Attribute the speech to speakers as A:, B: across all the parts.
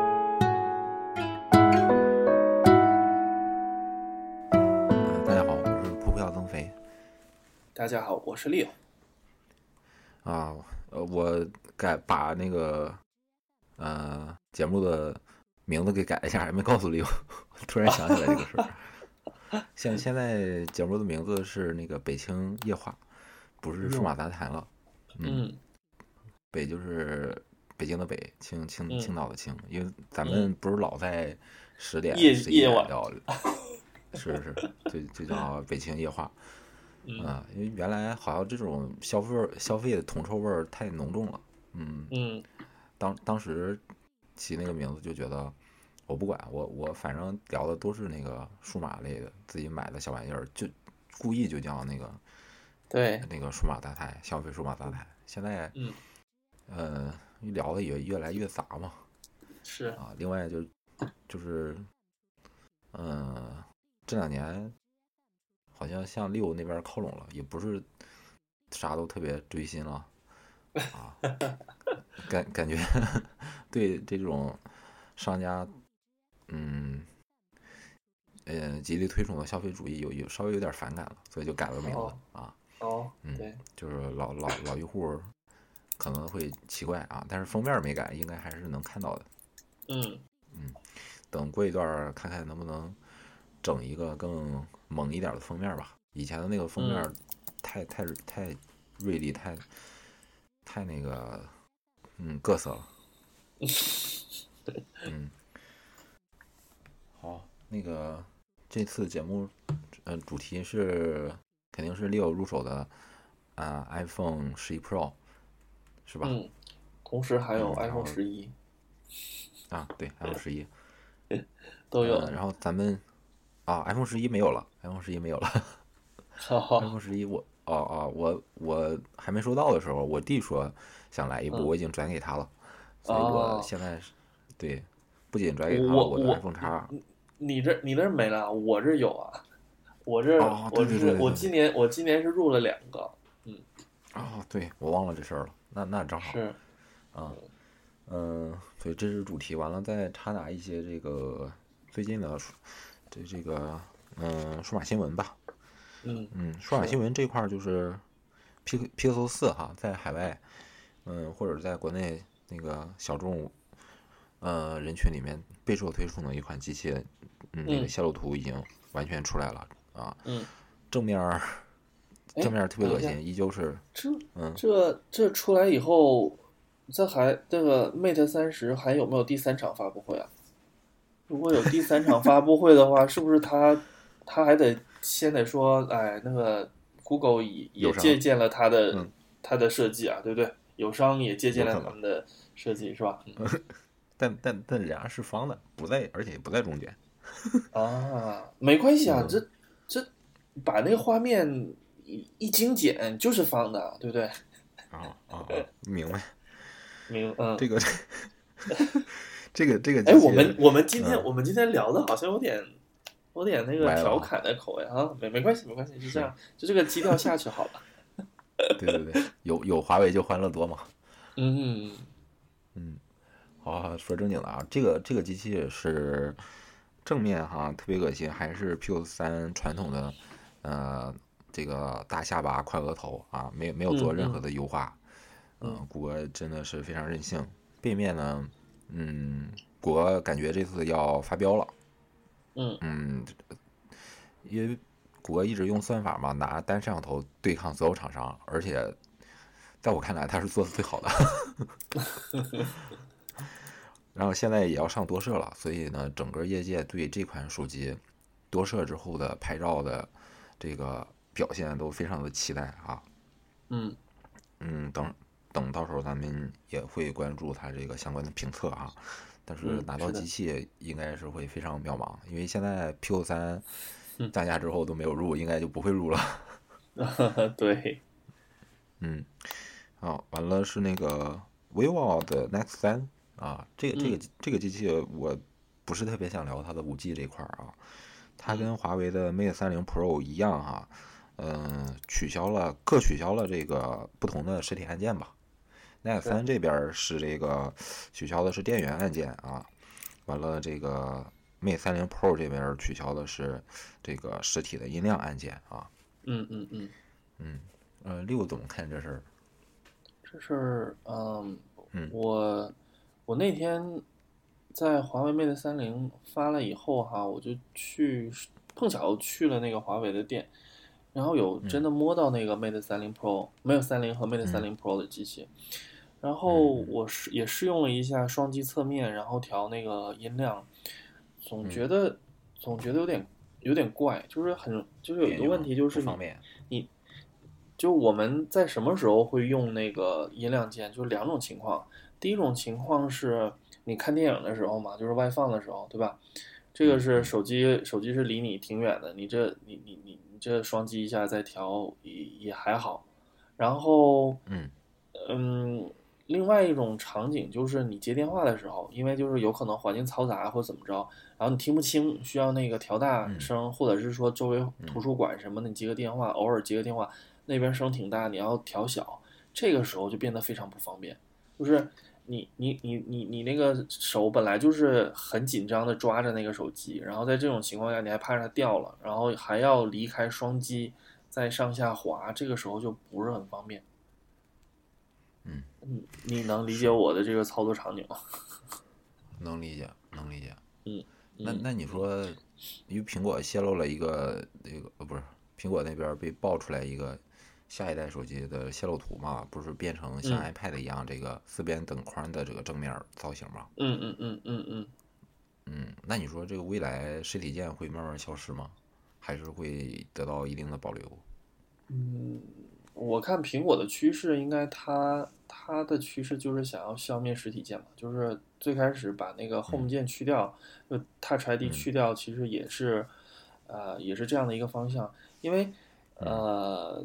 A: 呃
B: 大家好，我是 Leo。
A: 啊，呃，我改把那个呃节目的名字给改一下，还没告诉李我， 突然想起来这个事儿。像现在节目的名字是那个北青夜话，不是数码杂谈了。嗯，
B: 嗯
A: 北就是北京的北，青青
B: 嗯
A: 青岛的青，因为咱们不是老在十点
B: 夜
A: 十一
B: 夜
A: 点
B: 晚
A: 聊，是是是，就就叫北青夜话。
B: 嗯
A: 啊，因为原来好像这种消费味儿消费的铜臭味儿太浓重了，嗯，
B: 嗯
A: 当当时起那个名字就觉得我不管，我我反正聊的都是那个数码类的，自己买的小玩意儿，就故意就叫那个
B: 对，
A: 那个数码杂谈，消费数码杂谈。现在，
B: 嗯，
A: 呃，聊的也越来越杂嘛，
B: 是，
A: 啊，另外就就是，嗯、这两年好像向六那边靠拢了，也不是啥都特别追星了，啊，感感觉对这种商家，嗯，呃，极力推崇的消费主义有有稍微有点反感了，所以就改了名字、
B: 哦
A: 啊，
B: 哦，
A: 嗯
B: 对，
A: 就是老老老用户可能会奇怪啊，但是封面儿没改，应该还是能看到的。
B: 嗯
A: 等过一段儿看看能不能整一个更猛一点儿的封面吧。以前的那个封面儿
B: 嗯
A: 太、太太锐利，太太那个嗯各色了。嗯，好，那个这次节目呃主题是肯定是 Leo 入手的啊、iPhone 十一 Pro 是吧？
B: 嗯，同时还有
A: 嗯然后
B: iPhone 十一
A: 啊，对，iPhone 十一呃
B: 都有，
A: 然后咱们啊，iPhone 十一没有了，iPhone 十一没有了。
B: 哈哈，
A: iPhone 十一，我哦哦，我我还没收到的时候，我弟说想来一部，
B: 嗯
A: 我已经转给他了，所以我
B: 哦
A: 现在是，对，不仅转给他了，
B: 我
A: 我的
B: 我嗯
A: iPhone 叉，
B: 你这你这没了，我这有啊，我这
A: 哦对
B: 我
A: 对对
B: 是
A: 对
B: 我
A: 对
B: 今年我今年是入了两个，
A: 哦，对我忘了这事儿了，那那正好，
B: 是，
A: 嗯，所以这是主题，完了再插打一些这个最近的数这这个嗯数码新闻吧，
B: 嗯
A: 嗯，数码
B: 是
A: 新闻这块儿就是 P Pixel 四哈，在海外，嗯，或者在国内那个小众，呃，人群里面备受推崇的一款机器，嗯，那个
B: 嗯
A: 泄露图已经完全出来了啊。
B: 嗯，
A: 正面儿
B: 哎
A: 正面儿特别
B: 等
A: 恶
B: 一下
A: 心，依旧是
B: 这
A: 嗯
B: 这这出来以后，这还这个 Mate 三十还有没有第三场发布会啊？如果有第三场发布会的话，是不是他他还得先得说，哎，那个 Google 也也
A: 友商
B: 借鉴了他的、
A: 嗯
B: 他的设计啊，对不对？友商也借鉴
A: 有
B: 了
A: 可能
B: 他们的设计是吧？嗯
A: 但但但人家是方的，不在，而且也不在中间。
B: 啊，没关系啊，
A: 嗯
B: 这这把那个画面一一精简就是方的，对不对？
A: 啊啊，啊
B: 嗯
A: 明白
B: 明嗯，
A: 这个 这个这个机
B: 哎，
A: 器，
B: 我们我们今天、
A: 嗯
B: 我们今天聊的好像有点有点那个
A: 歪了
B: 调侃的口味啊，没没关系没关系，就这样，就这个基调下去好了。
A: 对对对，有有华为就欢乐多嘛。
B: 嗯
A: 嗯，好好说正经的啊，这个这个机器是正面哈，特别恶心，还是 P 三传统的，呃，这个大下巴、快额头啊，没有没有做
B: 嗯
A: 任
B: 嗯
A: 何的优化，嗯、
B: 嗯
A: 谷歌真的是非常任性。背面呢，嗯，谷歌感觉这次要发飙了，
B: 嗯
A: 嗯，因为谷歌一直用算法嘛，拿单摄像头对抗所有厂商，而且在我看来，它是做的最好的。然后现在也要上多摄了，所以呢，整个业界对这款手机多摄之后的拍照的这个表现都非常的期待啊。
B: 嗯
A: 嗯，等等到时候咱们也会关注它这个相关的评测啊。但是
B: 嗯
A: 拿
B: 是
A: 到
B: 的
A: 机器应该是会非常渺茫，因为现在 P O 三
B: 嗯
A: 降价之后都没有入，应该就不会入了。
B: 嗯，对，
A: 嗯，啊，完了是那个 vivo 的 Nex 三啊，这个这个、
B: 嗯
A: 这个机器我不是特别想聊它的五 G 这块儿啊，它
B: 嗯
A: 跟华为的 Mate 三零 Pro 一样哈、嗯、取消了各取消了这个不同的实体按键吧。Nex 三这边儿是这个取消的是电源按键啊，完了这个 Mate 三零 Pro 这边儿取消的是这个实体的音量按键啊。
B: 嗯嗯嗯
A: 嗯，呃，六怎么看这事儿？
B: 这事儿，嗯，
A: 嗯
B: 我我那天在华为 Mate 三零发了以后哈，我就去碰巧去了那个华为的店，然后
A: 嗯
B: 有真的摸到那个 Mate 三零 Pro、没有三零和 Mate 三零 Pro 的机器，
A: 嗯
B: 然后我试也试用了一下双击侧面，然后调那个音量，总
A: 嗯
B: 觉得、总觉得有点有点怪，就是很就是有一个问题就是
A: 啊不
B: 你
A: 方便。
B: 就我们在什么时候会用那个音量键？就两种情况，第一种情况是你看电影的时候嘛，就是外放的时候，对吧？这个是手机，手机是离你挺远的，你这你你你你这双击一下再调也也还好。然后
A: 嗯
B: 嗯，另外一种场景就是你接电话的时候，因为就是有可能环境嘈杂或怎么着，然后你听不清，需要那个调大声，或者是说周围图书馆什么的，你接个电话，偶尔接个电话，那边声挺大，你要调小，这个时候就变得非常不方便。就是你你你你你那个手本来就是很紧张的抓着那个手机，然后在这种情况下你还怕它掉了，然后还要离开双击再上下滑，这个时候就不是很方便。
A: 嗯
B: 嗯，你能理解我的这个操作场景吗？
A: 能理解，能理解。
B: 嗯
A: 那
B: 嗯
A: 那你说，因为苹果泄露了一个那个呃不是苹果那边儿被爆出来一个下一代手机的泄露图嘛，不是变成像 iPad 一样这个四边等宽的这个正面儿造型嘛？
B: 嗯嗯嗯嗯嗯，
A: 嗯，那你说这个未来实体店会慢慢消失吗？还是会得到一定的保留？
B: 我看苹果的趋势，应该它它的趋势就是想要消灭实体键嘛，就是最开始把那个 Home 键去掉，就 Touch ID 去掉，其实也是，呃，也是这样的一个方向，因为呃，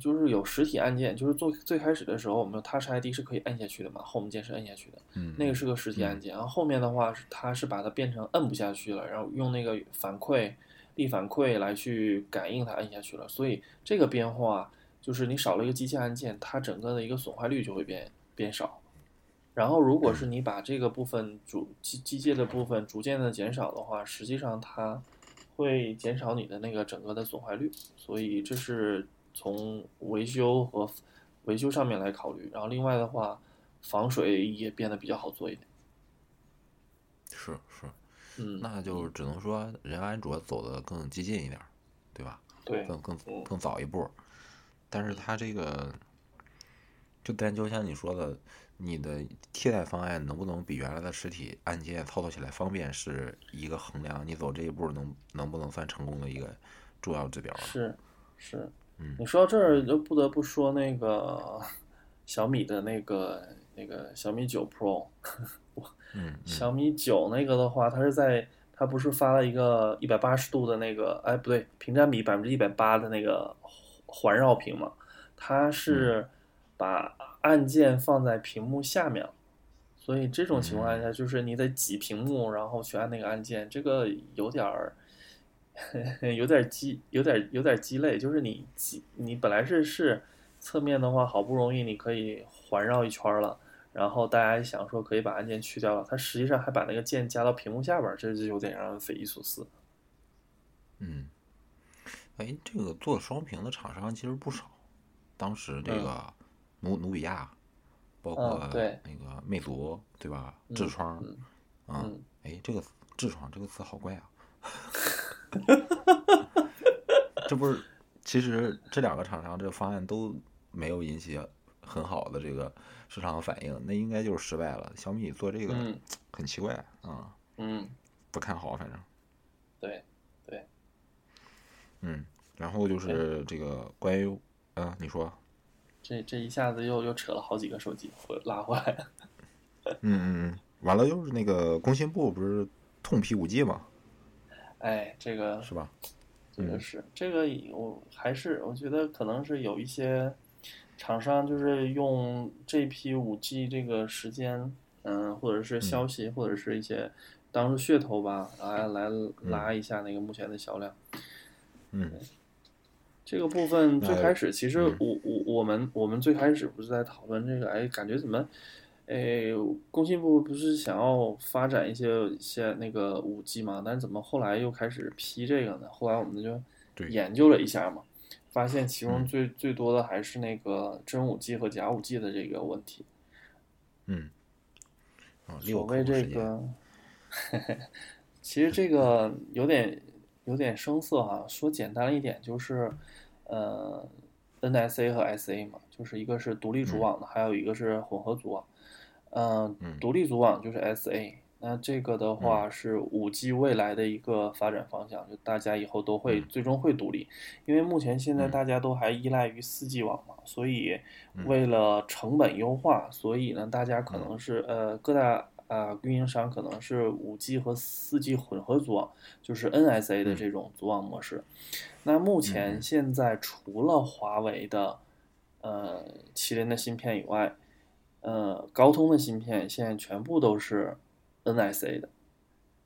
B: 就是有实体按键，就是最最开始的时候，我们 Touch ID 是可以按下去的嘛，Home 键是按下去的，
A: 嗯，
B: 那个是个实体按键，然后后面的话是它是把它变成摁不下去了，然后用那个反馈力反馈来去感应它摁下去了，所以这个变化就是你少了一个机械按键，它整个的一个损坏率就会变变少。然后如果是你把这个部分逐机机械的部分逐渐的减少的话，实际上它会减少你的那个整个的损坏率，所以这是从维修和维修上面来考虑。然后另外的话。防水也变得比较好做一点。
A: 是是，
B: 嗯，
A: 那就只能说人安卓走得更激进一点儿，对吧？
B: 对，
A: 更更更早一步。但是它这个，就但就像你说的，你的替代方案能不能比原来的实体按键操作起来方便，是一个衡量你走这一步能能不能算成功的一个重要指标了。
B: 是是
A: 嗯。
B: 你说到这儿，就不得不说那个小米的那个那个小米九 Pro，
A: 嗯嗯
B: 小米九那个的话，它是在它不是发了一个一百八十度的那个，哎不对，屏占比百分之一百八的那个环绕屏嘛，它是把按键放在屏幕下面了所以这种情况下，就是你得挤屏幕，然后去按那个按键，这个有点儿， 有点儿鸡，有点儿有点儿鸡肋。就是你挤，你本来是是侧面的话，好不容易你可以环绕一圈儿了，然后大家想说可以把按键去掉了，它实际上还把那个键加到屏幕下边儿，这就有点让人匪夷所思。
A: 嗯。哎，这个做双屏的厂商其实不少，当时这
B: 嗯
A: 个努努比亚，包
B: 嗯
A: 括
B: 对
A: 那个魅族，对吧？痔疮，啊
B: 嗯，
A: 哎，这个痔疮这个词好怪啊！ 这不是，其实这两个厂商这个方案都没有引起很好的这个市场反应，那应该就是失败了。小米做这个
B: 嗯
A: 很奇怪啊、
B: 嗯，
A: 不看好，反正
B: 对，
A: 嗯。然后就是这个关于，啊，你说，
B: 这这一下子又又扯了好几个手机回拉回来。
A: 嗯嗯嗯，完了又是那个工信部不是痛批五 G 嘛，
B: 哎，这个
A: 是吧？
B: 这个是这个，我还是我觉得可能是有一些厂商就是用这批五 G 这个时间，嗯，或者是消息，或者是一些当做噱头吧，来来拉一下那个目前的销量。
A: 嗯
B: 这个部分最
A: 那嗯
B: 开始，其实我我我们我们最开始不是在讨论这个，哎，感觉怎么，哎，工信部不是想要发展一些一些那个五 G 嘛？但是怎么后来又开始批这个呢？后来我们就
A: 对嗯
B: 研究了一下嘛，发现其中最最多的还是那个真五 G 和假五 G 的这个问题。
A: 嗯，啊，
B: 所
A: 六
B: 谓
A: 口
B: 这
A: 时间，
B: 个，其实这个有点有点生涩啊。说简单一点，就是呃，NSA 和 SA 嘛，就是一个是独立组
A: 嗯
B: 网的，还有一个是混合组网。嗯、
A: 嗯
B: 独立组网就是 SA。那这个的
A: 嗯
B: 话是五 G 未来的一个发展方向，就大家以后都会
A: 嗯
B: 最终会独立，因为目前现在
A: 嗯
B: 大家都还依赖于四 G 网嘛，所以
A: 嗯
B: 为了成本优化，所以呢，大家可
A: 嗯
B: 能是呃各大啊、运营商可能是五 G 和四 G 混合组网，就是 NSA 的
A: 嗯
B: 这种组网模式。那
A: 嗯
B: 目前
A: 嗯
B: 现在除了华为的呃麒麟的芯片以外，呃高通的芯片现在全部都是 NSA 的，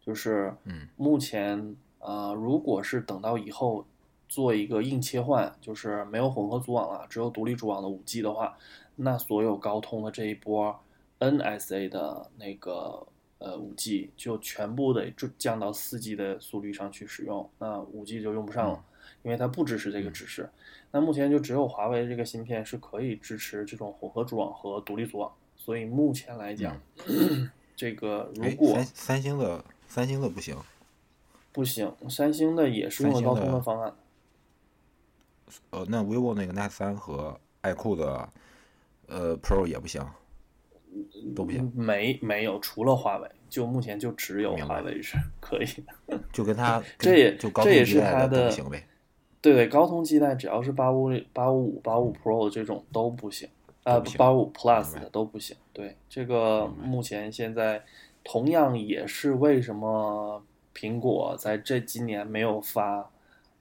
B: 就是
A: 嗯
B: 目前呃如果是等到以后做一个硬切换，就是没有混合组网了，只有独立组网的 5G 的话，那所有高通的这一波 NSA 的那个呃 5G 就全部得就降到 4G 的速率上去使用，那 5G 就用不上了，
A: 嗯
B: 因为它不支持这个
A: 嗯
B: 指示。那目前就只有华为这个芯片是可以支持这种混合组网和独立组网，所以目前来讲，
A: 嗯，
B: 这个如
A: 哎，三
B: 果
A: 三星的三星的不行，
B: 不行，三星的也是用
A: 三星
B: 了高通的
A: 的
B: 方案。
A: 呃，那 vivo 那个 Note 三和爱酷的呃 Pro 也不行，都不行，
B: 嗯，没没有，除了华为，就目前就只有
A: 明
B: 华
A: 白？
B: 为是可以的。
A: 就跟它
B: 这
A: 跟
B: 也
A: 就高
B: 这也
A: 通基
B: 是
A: 带
B: 它
A: 的都不
B: 的，
A: 行呗，
B: 对对，高通基带只要是八五八五五、八五 Pro 这种都不行，
A: 都
B: 啊、
A: 不
B: 不
A: 行，
B: 八五
A: 明
B: Plus
A: 白
B: 的都不行。对，这个
A: 明白，
B: 目前现在同样也是为什么苹果在这今年没有发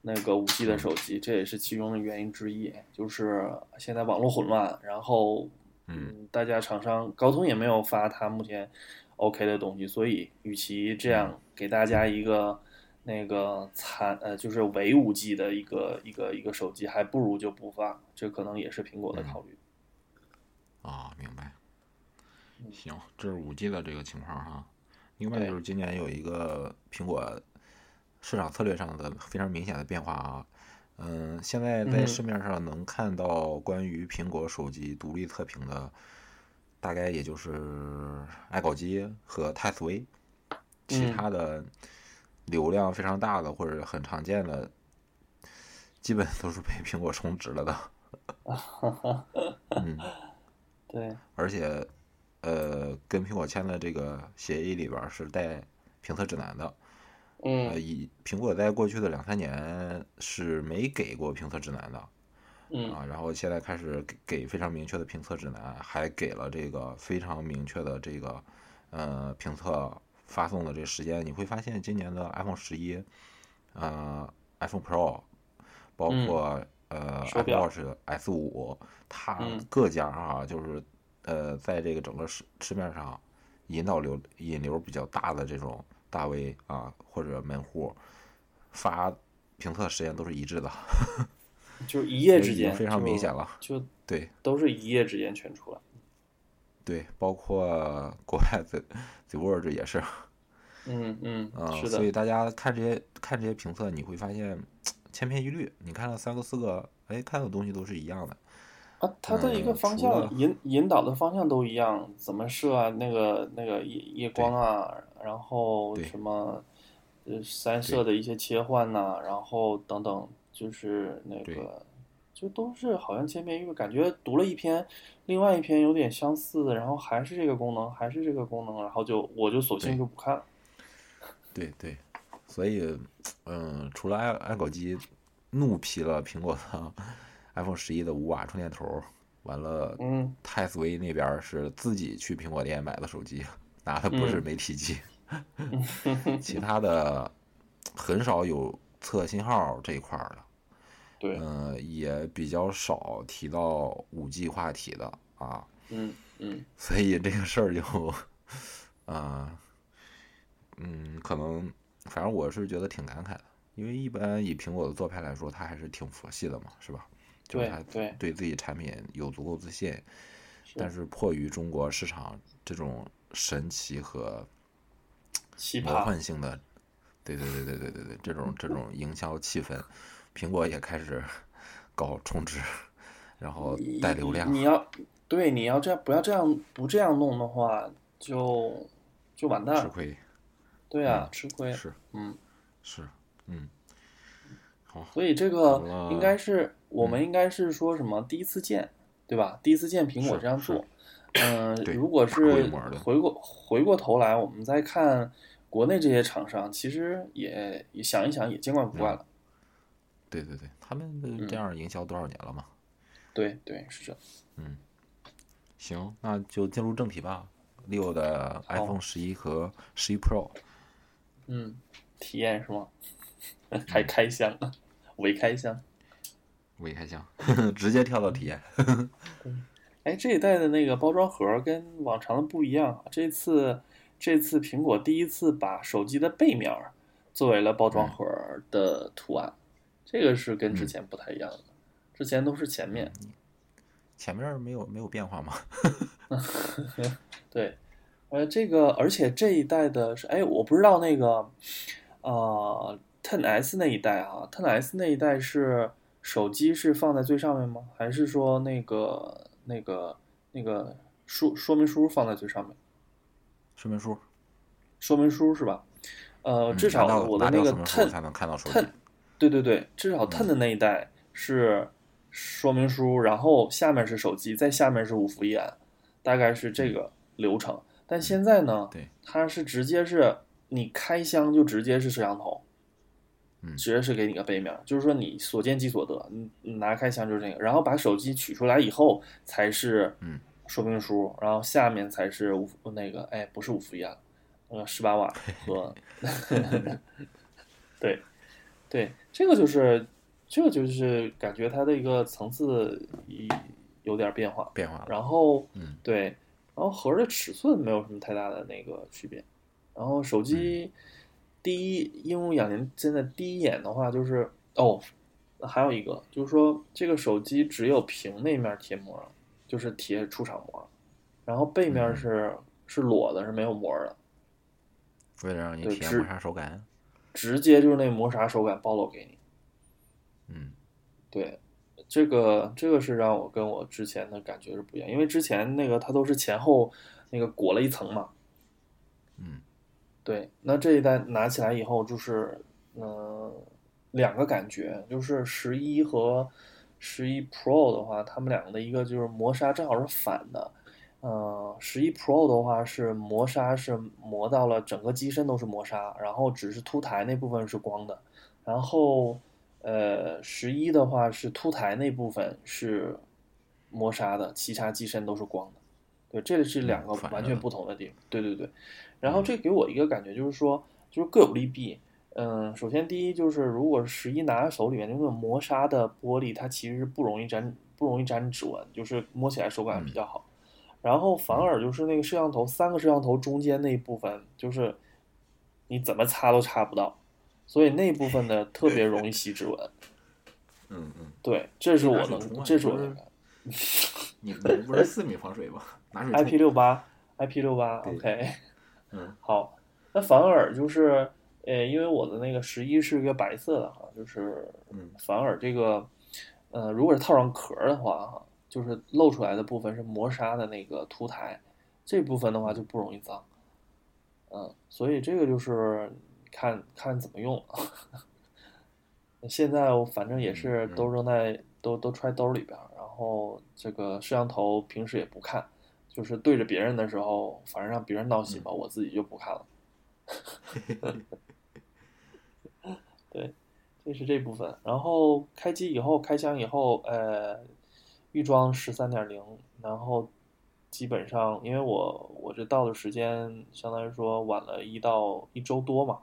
B: 那个五 G 的
A: 嗯
B: 手机，这也是其中的原因之一，就是现在网络混乱，然后
A: 嗯
B: 嗯，大家厂商高通也没有发它目前 OK 的东西，所以与其
A: 嗯
B: 这样给大家一个那个残呃就是伪五 G 的一个一个一个手机，还不如就不发，这可能也是苹果的
A: 嗯
B: 考虑。
A: 啊，明白。
B: 嗯，
A: 行，这是五 G 的这个情况哈。另外就
B: 对，
A: 是今年有一个苹果市场策略上的非常明显的变化啊。嗯，现在
B: 嗯
A: 在市
B: 哼，
A: 面上能看到关于苹果手机独立测评的，大概也就是爱狗机和 TestV，其
B: 嗯
A: 他的流量非常大的或者很常见的，基本都是被苹果充值了的。
B: 哈哈，
A: 嗯。
B: 对，
A: 而且，呃，跟苹果签的这个协议里边儿是带评测指南的。呃，
B: 嗯
A: 以苹果在过去的两三年是没给过评测指南的
B: 嗯
A: 啊，然后现在开始给给非常明确的评测指南，还给了这个非常明确的这个呃评测发送的这时间。你会发现今年的 iPhone 十一、呃 iPhone Pro，包
B: 嗯，
A: 括呃
B: 手
A: Apple
B: 表，
A: Watch S 五，它
B: 嗯
A: 各家啊，就是呃，在这个整个市市面上引导流引流比较大的这种大 V 啊或者门户发评测时间都是一致的，
B: 就是一夜
A: 所
B: 之
A: 以已经
B: 间
A: 非常明
B: 就
A: 显了。
B: 就
A: 对
B: 都是一夜之间全出来。
A: 对，包括 国外的 The Verge 也是，
B: 嗯嗯，
A: 嗯，
B: 是
A: 所
B: 的，
A: 以大家看这些看这些评测，你会发现千篇一律，你看了三个四个，哎，看的东西都是一样的。
B: 啊，它的一个
A: 嗯，
B: 方
A: 除
B: 向
A: 了
B: 引引导的方向都一样，怎么射啊，那个那个夜夜光
A: 对
B: 啊，然后
A: 对
B: 什么呃三射
A: 对
B: 的一些切换呐、然后等等，就是那
A: 对，
B: 个就都是好像千篇一律，感觉读了一篇，另外一篇有点相似，然后还是这个功能，还是这个功能，然后就我就索性
A: 对
B: 就不看了。
A: 对对，所以，嗯，除了爱爱狗机怒批了苹果的 iPhone 十一的五瓦充电头儿，完了
B: 嗯
A: ，TestV 那边儿是自己去苹果店买的手机，拿的不是
B: 嗯
A: 媒体 机，
B: 嗯
A: 其他的很少有测信号这一块儿的，
B: 对，
A: 嗯，也比较少提到 5G 话题的啊，
B: 嗯嗯
A: 所以这个事儿就，啊。嗯，可能，反正我是觉得挺感慨的，因为一般以苹果的做派来说，它还是挺佛系的嘛，是吧？就是
B: 对
A: 它
B: 对
A: 对自己产品有足够自信，但
B: 是
A: 是迫于中国市场这种神奇和
B: 奇
A: 魔
B: 葩，
A: 幻性的，对对对对对对对，这种这种营销气氛，苹果也开始 高充值，然后
B: 你
A: 哦带流量。
B: 你要对你要这样，不要这样，不这样弄的话，就就完蛋
A: 吃
B: 了。
A: 亏
B: 对啊，吃亏。
A: 是
B: 嗯，
A: 是嗯，好，
B: 所以这个
A: 懂了嗯
B: 应该是我们应该是说什么第一次见，对吧？第一次见苹果
A: 是
B: 这样做。嗯，
A: 对
B: 如果
A: 大
B: 是
A: 规模的
B: 回过回过头来，我们再看国内这些厂商，其实也也想一想，也见怪不怪了。
A: 嗯对对对，他们
B: 嗯
A: 的这样营销多少年了嘛？
B: 对对，是这样。
A: 行，那就进入正题吧。六的 iPhone 十一和十一 Pro，
B: 嗯，体验是吗？ 还
A: 嗯
B: 开箱， 伪开箱。
A: 我也开箱，直接跳到体验。
B: 哎，这一代的那个包装盒儿跟往常的不一样啊，这次这次苹果第一次把手机的背面儿作为了包装盒儿的图案，这个是跟之前不太一样的，之前都是前面，
A: 前面没有没有变化吗？
B: 对，呃，这个而且这一代的是，哎，我不知道那个，呃，Ten S 那一代啊，Ten S 那一代是手机是放在最上面吗？还是说那个那个那个说说明书放在最上面？
A: 说明书，
B: 说明书是吧？呃，
A: 嗯
B: 至
A: 拿
B: 少
A: 到
B: 我的
A: 拿
B: 那
A: 到
B: 个
A: 说明书
B: ten，
A: 才能看到嗯手机
B: ten。对对对，至少 ten 的那一代是说明书，然后下面是手机，再下面是五福一安，大概是这个流程。但现在呢，
A: 嗯对
B: 它是直接是你开箱就直接是摄像头，
A: 嗯
B: 直接是给你个背面，就是说你所见即所得，你你拿开箱就是这个，然后把手机取出来以后才是
A: 嗯
B: 说明书，然后下面才是五那个哎不是五伏一安，呃十八瓦和 对对，这个就是这个就是感觉它的一个层次一有点变化，
A: 变化了。
B: 然后
A: 嗯
B: 对，然后盒儿的尺寸没有什么太大的那个区别。然后手机第一映入眼帘，真的第一眼的话就是哦，还有一个就是说这个手机只有屏那面贴膜，就是贴出厂膜，然后背面是、是裸的，是没有膜的，
A: 为了让你
B: 对
A: 体验
B: 是
A: 磨砂手感，
B: 直接就是那磨砂手感暴露给你。
A: 嗯
B: 对，这个这个是让我跟我之前的感觉是不一样，因为之前那个它都是前后那个裹了一层嘛，
A: 嗯，
B: 对，那这一代拿起来以后，就是嗯、呃两个感觉，就是十一和十一 Pro 的话，它们两个的一个就是磨砂正好是反的，呃，十一 Pro 的话是磨砂是磨到了整个机身都是磨砂，然后只是凸台那部分是光的，然后呃十一的话是凸台那部分是磨砂的，其他机身都是光的。对，这是两个
A: 反着
B: 完
A: 的
B: 全不同的地方。对对对，然后这给我一个感觉就是说，就是各有利弊。嗯，首先第一就是，如果十一拿在手里面，那种磨砂的玻璃，它其实是不容易粘，不容易粘指纹，就是摸起来手感比较好。然后反而就是那个摄像头，三个摄像头中间那一部分，就是你怎么擦都擦不到，所以那部分呢特别容易吸指 纹。
A: 嗯嗯，
B: 对，这是我
A: 拿手冲
B: 能，
A: 啊
B: 这是我
A: 就是
B: 能干。
A: 你你不是四米防水吗？拿水
B: IP 六 八，IP 六八
A: 对
B: ，OK。
A: 嗯
B: 好，那反而就是，呃，因为我的那个十一是一个白色的哈，就是
A: 嗯
B: 反而这个，呃，如果是套上壳儿的话哈，就是露出来的部分是磨砂的那个凸台，这部分的话就不容易脏，嗯，所以这个就是看看怎么用 了。现在我反正也是都扔在都都揣兜里边儿，然后这个摄像头平时也不看，就是对着别人的时候，反正让别人闹心吧，我自己就不看了。对，这是这部分。然后开机以后，开箱以后，呃，预装十三点零，然后基本上因为我我这到的时间相当于说晚了一到一周多嘛，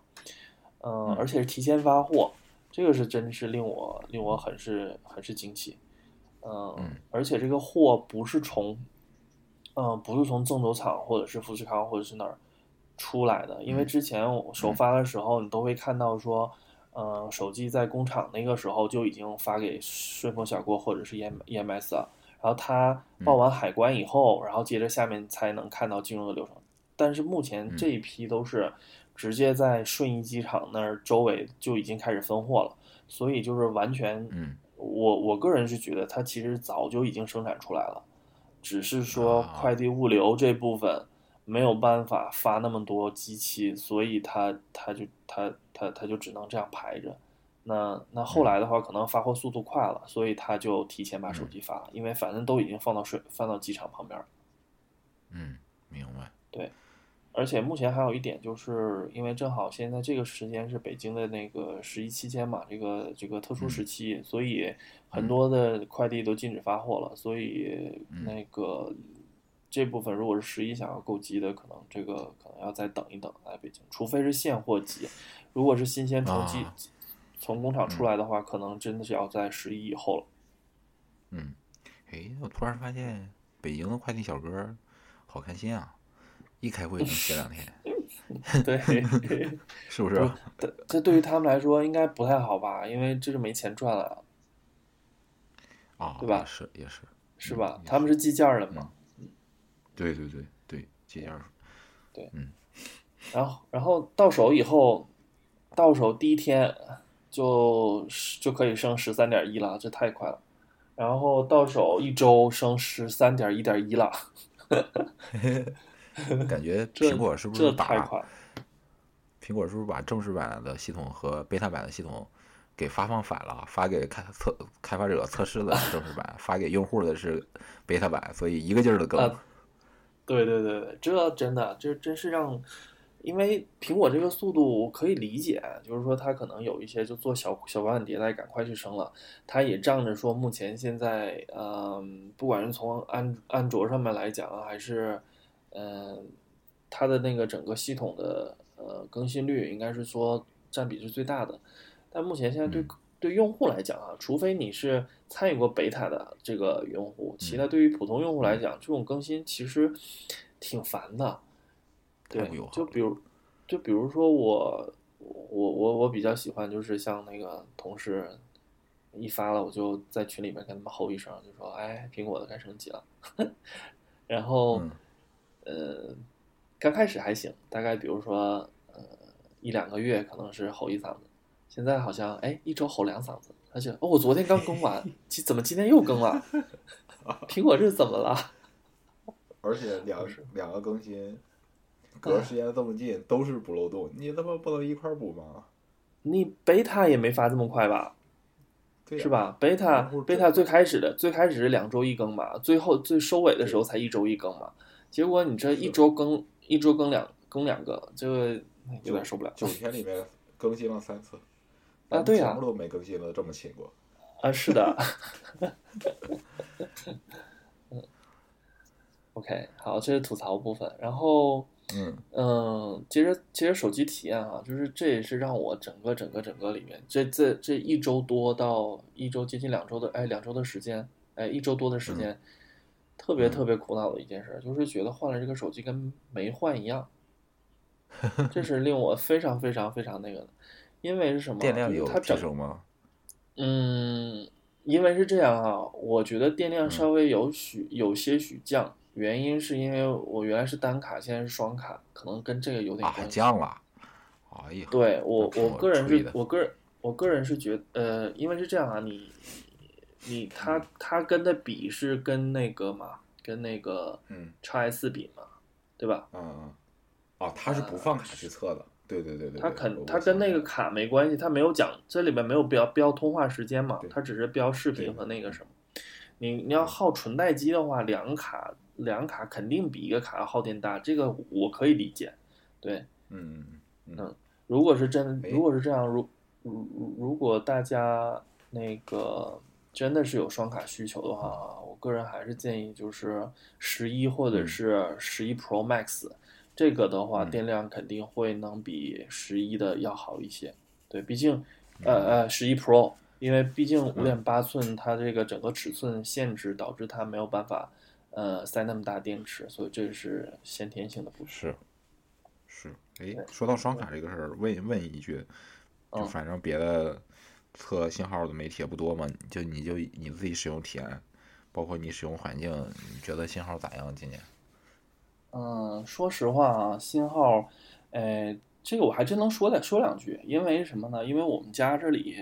B: 嗯
A: 嗯，
B: 而且是提前发货，这个是真是令我令我很是很是惊喜。嗯
A: 嗯，
B: 而且这个货不是从，嗯，不是从郑州厂或者是富士康或者是哪儿出来的，因为
A: 嗯
B: 之前我首发的时候，你都会看到说，嗯，手机在工厂那个时候就已经发给顺丰小锅或者是 E M E M S 了，然后它
A: 嗯
B: 报完海关以后，然后接着下面才能看到进入的流程。但是目前
A: 嗯
B: 这一批都是直接在顺义机场那儿周围就已经开始分货了，所以就是完全
A: 嗯
B: 我我个人是觉得它其实早就已经生产出来了，只是说
A: 啊
B: 快递物流这部分没有办法发那么多机器，所以它它就它它它就只能这样排着。那那后来的话，可能发货速度快了，所以他就提前把手机发了，因为反正都已经放到水放到机场旁边了。
A: 嗯，明白。
B: 而且目前还有一点，就是因为正好现在这个时间是北京的那个十一期间嘛，这个这个特殊
A: 嗯
B: 时期，所以很多的快递都禁止发货了，所以
A: 嗯
B: 那个这部分如果是十一想要购机的，可能这个可能要再等一等，来北京，除非是现货机，如果是新鲜从机、
A: 啊
B: 从工厂出来的话，可能真的是要在十一以 后了。
A: 嗯，诶，我突然发现北京的快递小哥好开心啊，一开会能歇两 天，
B: 对。
A: 是不是？
B: 这这对于他们来说应该不太好吧，因为这是没钱赚了，
A: 啊，
B: 对吧
A: 也是也是，
B: 是
A: 嗯
B: 吧？
A: 也
B: 他们是计件儿的嘛。
A: 对对对对，这样
B: 然后然后到手以后，到手第一天就是就可以升十三点一了，这太快了。然后到手一周升十三点一点一了，
A: 感觉
B: 这
A: 苹果是不
B: 这
A: 是把
B: 太快了？
A: 苹果是不是把正式版的系统和 beta 版的系统给发放反了？发给开测开发者测试的是正式版，发给用户的是 beta 版，所以一个劲儿的更。
B: 啊对对对对，这真的这真是让，因为苹果这个速度我可以理解，就是说它可能有一些就做小小版本迭代，赶快去升了。它也仗着说目前现在，嗯、不管是从安安卓上面来讲啊，还是嗯、它的那个整个系统的呃更新率，应该是说占比是最大的。但目前现在对、
A: 嗯
B: 对用户来讲啊，除非你是参与过北塔的这个用户，其他对于普通用户来讲，这种更新其实挺烦的。
A: 太
B: 对
A: 不友好，
B: 就
A: 了
B: 比如，就比如说我，我我我比较喜欢就是像那个同事一发了，我就在群里面跟他们吼一声，就说：“哎，苹果的该升级了。” 然后
A: 嗯，
B: 呃，刚开始还行，大概比如说呃一两个月可能是吼一嗓子，现在好像哎一周吼两嗓子，而且哦我昨天刚更完， 今怎么今天又更了？ 苹果这怎么了？
A: 而且两
B: 嗯
A: 两个更新隔时间这么近，都是补漏洞，你他妈不能一块补吗？
B: 你贝塔也没发这么快吧？
A: 对啊
B: 是？吧？贝塔
A: 然后
B: 贝
A: 这
B: 塔最开始的最开始是两周一更嘛，最后最收尾的时候才一周一更嘛。结果你这一周更一周更两更两个，这
A: 哎
B: 个有点受不了
C: 九天里面更新了三次，
B: 啊！对呀、
C: 节目都没更新了，这么勤过。
B: 啊，是 的。OK，好，这是吐槽部分。然后，
A: 嗯
B: 嗯，其实其实手机体验啊，就是这也是让我整个整个整个里面，这这这一周多到一周接近两周的，哎，两周的时间，哎，一周多的
A: 嗯
B: 时间，特别特别苦恼的一件事，就是觉得换了这个手机跟没换一 样，这是令我非常非常非常那个的，因为是什么啊？
A: 电量
B: 就是
A: 有
B: 它
A: 提
B: 整
A: 升吗？
B: 嗯，因为是这样啊，我觉得电
A: 嗯
B: 量稍微有许有些许降，原因是因为我原来是单卡，现在是双卡，可能跟这个有点
A: 啊，还
B: 关系。
A: 降了！哎呀，
B: 对，我
A: 那
B: 我
A: 挺
B: 个人
A: 吹
B: 是
A: 的，
B: 我个人我个人是觉得，呃，因为是这样啊，你你
A: 嗯
B: 它它跟的比是跟那个嘛，跟那个
C: 嗯
B: x S 比嘛，对吧？
C: 啊啊，哦，他是不放卡去测的。对对对对，对
B: 它呃肯
C: 我
B: 它
C: 我
B: 跟
C: 想
B: 那
C: 起来
B: 个卡没关系，它没有讲这里面没有标标通话时间嘛
C: 对，
B: 它只是标视频
C: 对嗯
B: 和那个什么。你你要耗纯待机的话，两个卡两个卡肯定比一个卡要耗电大，这个我可以理解。对，
C: 嗯嗯
B: 如果是真，
C: 哎
B: 如果是这样，如如如如果大家那个真的是有双卡需求的话啊，我个人还是建议就是十一或者是十一 Pro Max，、这个的话
A: 嗯
B: 电量肯定会能比十一的要好一些。对，毕竟呃呃十一 Pro，因为毕竟五点八寸它这个整个尺寸限制，导致它没有办法呃塞那么大电池，所以这是先天性的不适。
A: 是是，哎，说到双卡这个事儿，问问一句，就
B: 嗯
A: 反正别的测信号的媒体也不多嘛，就你就你自己使用体验，包括你使用环境，你觉得信号咋样？今年
B: 嗯，说实话啊，信号，哎呃，这个我还真能说两说两句，因为什么呢？因为我们家这里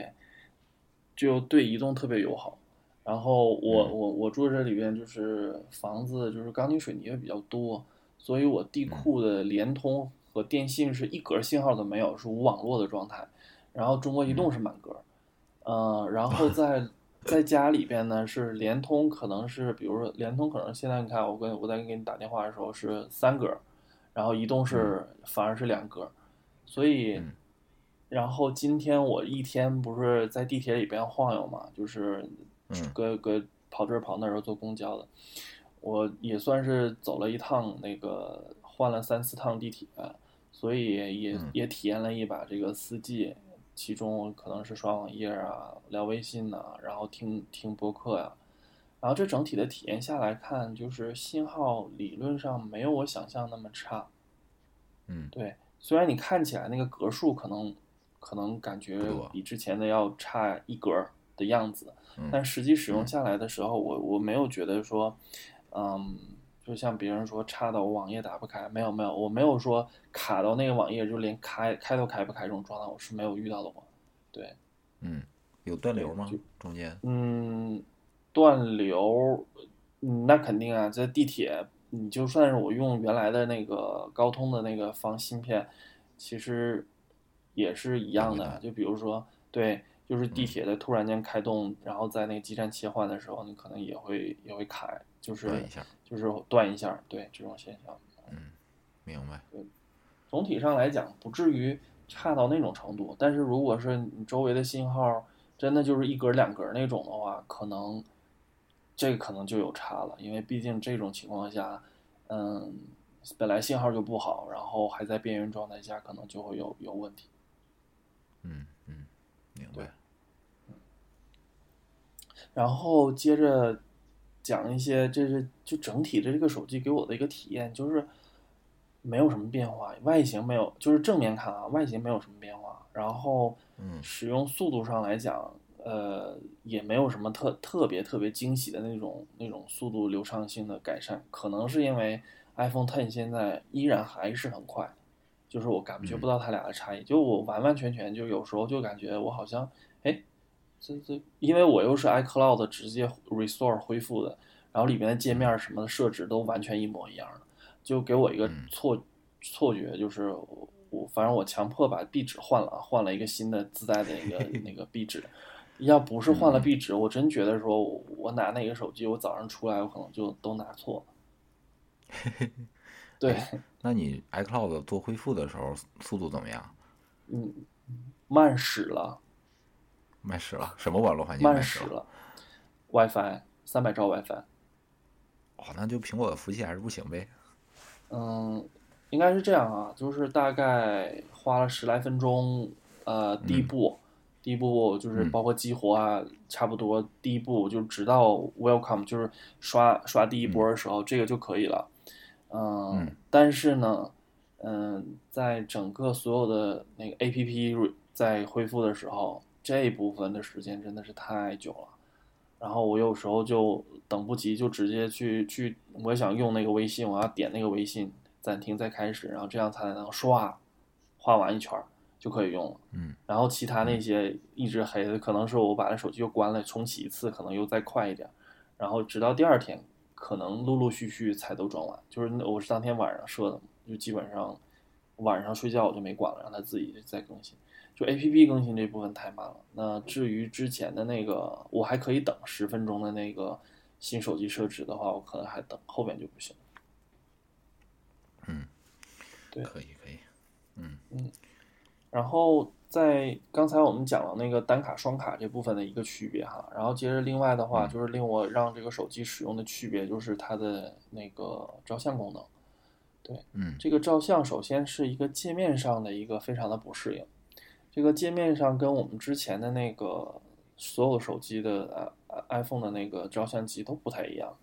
B: 就对移动特别友好。然后我我我住这里边就是房子就是钢筋水泥的比较多，所以我地库的联通和电信是一格信号都没有，是无网络的状态。然后中国移动是满格，呃，然后在在家里边呢是联通，可能是比如说联通可能现在你看我跟我在给你打电话的时候是三格，然后移动是反而是两格，所以。
A: 嗯
B: 然后今天我一天不是在地铁里边晃悠嘛，就是
A: 嗯
B: 搁搁跑这儿跑那儿坐公交的，我也算是走了一趟那个换了三四趟地铁，所以也
A: 嗯
B: 也体验了一把这个四 G，其中可能是刷网页啊、聊微信呐、然后听听播客呀、然后这整体的体验下来看，就是信号理论上没有我想象那么差，
A: 嗯
B: 对，虽然你看起来那个格数可能可能感觉
A: 不多
B: 比之前的要差一格儿的样子，
A: 嗯
B: 但实际使用下来的时候，我我没有觉得说，嗯，就像别人说差到我网页打不开，没有没有，我没有说卡到那个网页就连开开都开不开这种状态，我是没有遇到的过。对，
A: 嗯，有断流吗
B: 就？
A: 中间？
B: 嗯，断流，嗯，那肯定啊，这地铁，你就算是我用原来的那个高通的那个防芯片，其实也是一样的。啊就比如说，对，就是地铁的突然间开动，然后在那个基站切换的时候，你可能也会也会卡，就是
A: 断一下，
B: 就是断一下，对这种现象。
A: 明白。
B: 总体上来讲不至于差到那种程度。但是如果是你周围的信号真的就是一格两格那种的话，可能这可能就有差了，因为毕竟这种情况下，嗯，本来信号就不好，然后还在边缘状态下，可能就会有有问题。
A: 嗯嗯，明
B: 对
A: 白。
B: 然后接着讲一些，这是就整体的这个手机给我的一个体验，就是没有什么变化，外形没有，就是正面看啊，外形没有什么变化，然后
A: 嗯
B: 使用速度上来讲，呃，也没有什么特特别特别惊喜的那种那种速度流畅性的改善，可能是因为 iPhone Ten 现在依然还是很快，就是我感觉不到它俩的差异，就我完完全全就有时候就感觉我好像，哎，这这，因为我又是 iCloud 直接 restore 恢复的，然后里面的界面什么的设置都完全一模一样的，就给我一个
A: 嗯
B: 错、错觉，就是我我反正我强迫把壁纸换了，换了一个新的自带的一个那个壁纸。要不是换了壁纸，我真觉得说我，我拿那个手机，我早上出来，我可能就都拿错了。对，
A: 那你 iCloud 做恢复的时候速度怎么样？
B: 嗯，慢使了，
A: 慢使了？什么网络环境
B: 慢
A: 慢
B: 使
A: 了？
B: 了，WiFi 三百兆 WiFi，
A: 哦，那就苹果服务器还是不行呗。
B: 嗯，应该是这样啊，就是大概花了十来分钟，呃，第一步，第一步就是
A: 嗯
B: 包括激活啊，差不多第一步就直到 welcome，就是刷刷第一波的时候，这个就可以了。嗯，
A: 嗯
B: 但是呢，嗯，在整个所有的那个 A P P 在恢复的时候，这一部分的时间真的是太久了。然后我有时候就等不及，就直接去去，我想用那个微信，我要点那个微信暂停再开始，然后这样才能刷，画完一圈儿就可以用了。
A: 嗯
B: 然后其他那些一直黑的，可能是我把那手机又关了，重启一次，可能又再快一点儿，然后直到第二天，可能陆陆续续才都装完。就是那我是当天晚上设的嘛，就基本上晚上睡觉我就没管了，让它自己再更新。就 A P P 更新这部分太慢了。那至于之前的那个，我还可以等十分钟的那个新手机设置的话，我可能还等，后边就不行。
A: 嗯，
B: 对
A: 可以可以。嗯
B: 然后在刚才我们讲了那个单卡、双卡这部分的一个区别哈，然后接着另外的话，
A: 嗯
B: 就是令我让这个手机使用的区别就是它的那个照相功能。
A: 嗯
B: 这个照相首先是一个界面上的一个非常的不适应，这个界面上跟我们之前的那个所有手机的呃 iPhone 的那个照相机都不太一样，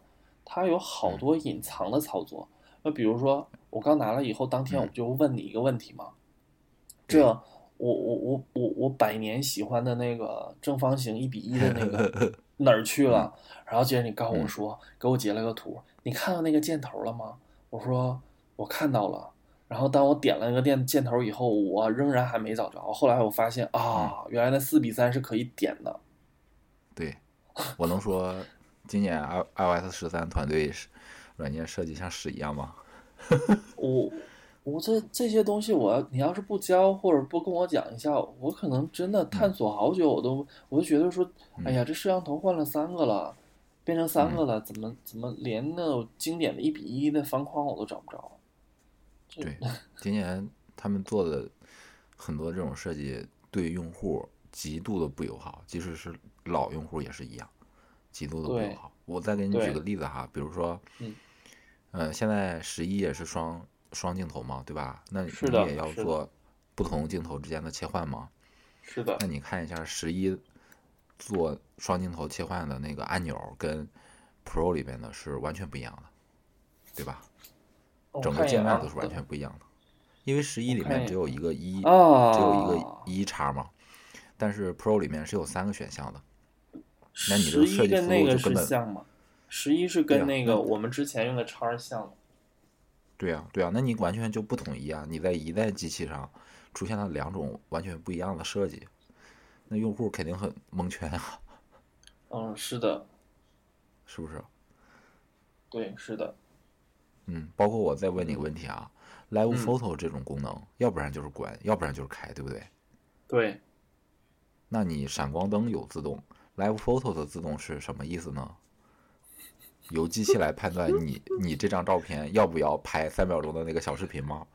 B: 它有
A: 嗯
B: 好多隐藏的操作。那比如说我刚拿了以后，当天我
A: 嗯
B: 就问你一个问题嘛，这我我我我我百年喜欢的那个正方形一比一的那个哪儿去了？然后接着你告诉我说，给我截了个图，你看到那个箭头了吗？我说我看到了。然后当我点了那个箭箭头以后，我仍然还没找着。后来我发现啊，原来那四比三是可以点的，
A: 对，我能说今年 i iOS 十三团队是软件设计像屎一样吗？
B: 我我这这些东西我，要你要是不教或者不跟我讲一下，我可能真的探索好久，我都我就觉得说，哎呀，这摄像头换了三个了，变成三个了，怎么怎么连那种经典的一比一的方框我都找不着？这
A: 对，今年他们做的很多这种设计对用户极度的不友好，即使是老用户也是一样，极度的不友
B: 对
A: 好。我再给你
B: 对
A: 举个例子哈，比如说，
B: 嗯，
A: 呃，现在十一也是双双镜头嘛，对吧？那你
B: 是的
A: 也要
B: 是的
A: 做不同镜头之间的切换吗？
B: 是的
A: 那，你看一下十一做双镜头切换的那个按钮，跟 Pro 里边的是完全不一样的，对吧？
B: 我
A: 整个
B: 看一
A: 界
B: 眼
A: 面
B: 啊
A: 都是完全不一样的，因为十一里
B: 看
A: 面
B: 一
A: 只有一个一，
B: 啊，
A: 只有一个一叉嘛，但是 Pro 里面是有三个选项的。那你这个
B: 十
A: 设
B: 一
A: 计
B: 跟
A: 思
B: 那
A: 路
B: 个
A: 就是根本
B: 像吗？十一是
A: 对啊
B: 跟那
A: 那
B: 个我们之前用的叉儿像吗？
A: 对呀、对呀、啊那你完全就不统一啊！你在一代机器上出现了两种完全不一样的设计，那用户肯定很蒙圈啊，
B: 嗯，是的，
A: 是不是？
B: 对，是的，
A: 嗯，包括我再问你个问题啊、l i v e
B: 嗯
A: Photo 这种功能，要不然就是关，要不然就是开，对不对？
B: 对，
A: 那你闪光灯有自动，Live Photo 的自动是什么意思呢？由机器来判断你你这张照片要不要拍三秒钟的那个小视频吗？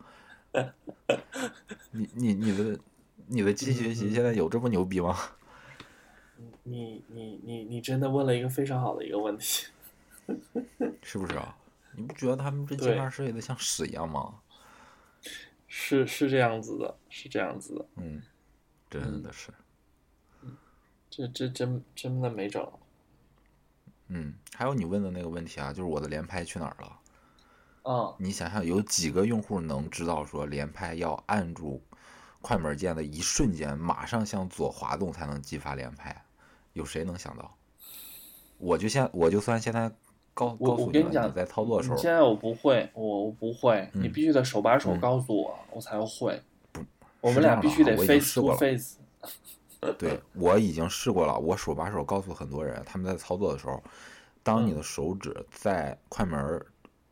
A: 你你你的你的机器学习现在有这么牛逼吗？
B: 你你你你真的问了一个非常好的一个问题。
A: 是不是啊？你不觉得他们这界
B: 对
A: 面设计的像屎一样吗？
B: 是是这样子的，是这样子的，
A: 嗯，真的是。
B: 这这真真的没整。
A: 嗯，还有你问的那个问题啊，就是我的连拍去哪儿了？
B: 嗯，
A: 你想想，有几个用户能知道说连拍要按住快门键的一瞬间，马上向左滑动才能激发连拍？有谁能想到？我就现我就算现在告
B: 我
A: 告诉
B: 我
A: 你
B: 跟你
A: 了，
B: 讲
A: 你在操作的时
B: 你
A: 候
B: 现在我不会，我我不会，
A: 嗯
B: 你必须得手把手
A: 嗯
B: 告诉我，我才会。
A: 不
B: 我
A: 是
B: 们
A: 这
B: 俩
A: 样
B: 必
A: 的啊
B: 须得
A: 我已经
B: face
A: 试过
B: to
A: 了
B: face。
A: 对我已经试过了，我手把手告诉很多人，他们在操作的时候，当
B: 嗯
A: 你的手指在快门儿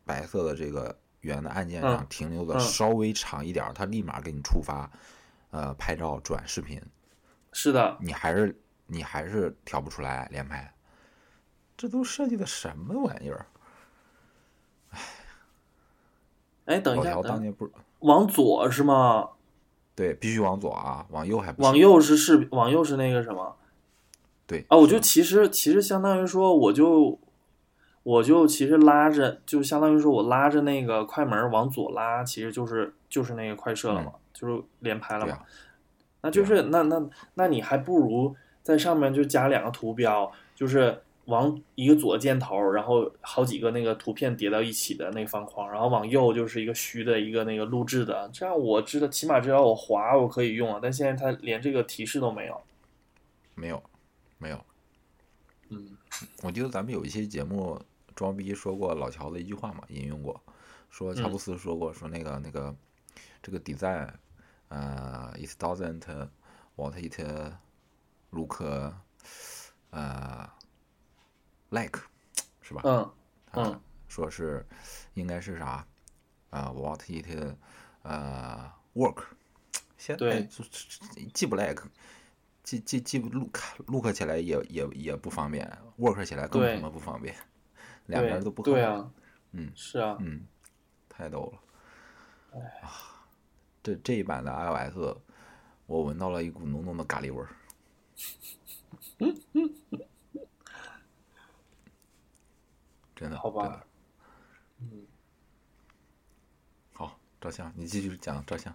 A: 白色的这个圆的按键上
B: 嗯
A: 停留的
B: 嗯
A: 稍微长一点儿，它立马给你触发，呃，拍照转视频，
B: 是的，
A: 你还是你还是调不出来连拍，这都设计的什么玩意儿？
B: 哎，等一
A: 老
B: 下
A: 乔，当
B: 等
A: 年不是
B: 往左是吗？
A: 对，必须往左啊，往右还不
B: 往
A: 行
B: 右是视，往右是那个什么？
A: 对
B: 啊，我
A: 是
B: 就
A: 的
B: 其实其实相当于说，我就我就其实拉着，就相当于说我拉着那个快门儿往左拉，其实就是就是那个快射了嘛，就是连拍
A: 嗯
B: 了
A: 对
B: 嘛。
A: 啊，
B: 那就
A: 对啊
B: 是那那那你还不如在上面就加两个图标，就是往一个左箭头，然后好几个那个图片叠到一起的那个方框，然后往右就是一个虚的一个那个录制的，这样我知道起码只要我滑我可以用啊，但现在它连这个提示都没有。
A: 没有没有，
B: 嗯，
A: 我记得咱们有一期节目装逼说过老乔的一句话嘛，引用过，说乔布
B: 嗯
A: 斯说过，说那个那个这个 design，呃，it doesn't what it look，呃，like，是吧？
B: 嗯
A: 啊
B: 嗯，
A: 说是应该是啥啊？What it 呃 work，现在
B: 对
A: 就记不 like，记记记不 look look 起来也也也不方便，work 起来更
B: 对
A: 他妈不方便，两边
B: 对
A: 都不靠
B: 对
A: 谱，
B: 啊，
A: 嗯
B: 是啊，
A: 嗯，太逗了，啊，这这一版的 iOS，我闻到了一股浓浓的咖喱味儿。真的，
B: 好吧
A: 真的
B: 嗯，
A: 好，照相，你继续讲照相。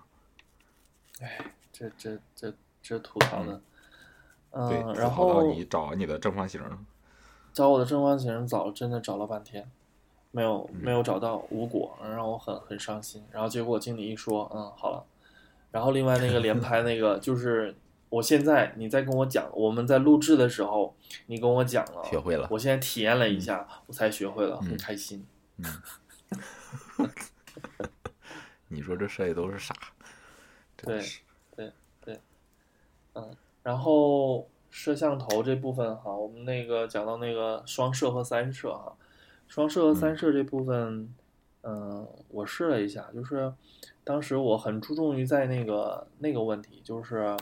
B: 这这这这吐槽的，
A: 对，
B: 嗯，
A: 自
B: 然
A: 豪到
B: 后
A: 你找你的正方形了，
B: 找我的正方形找真的找了半天，没有
A: 嗯
B: 没有找到，无果，让我很很伤心。然后结果经理一说，嗯，好了。然后另外那个连拍那个，就是我现在你在跟我讲，我们在录制的时候你跟我讲了，
A: 学会了。
B: 哦我现在体验了一下，我才学会了，
A: 嗯
B: 很开心。
A: 你说这设计都是啥？真
B: 对
A: 是
B: 然后摄像头这部分哈，我们那个讲到那个双摄和三摄哈，双摄和三摄这部分，嗯、我试了一下，就是当时我很注重于在那个那个问题，就是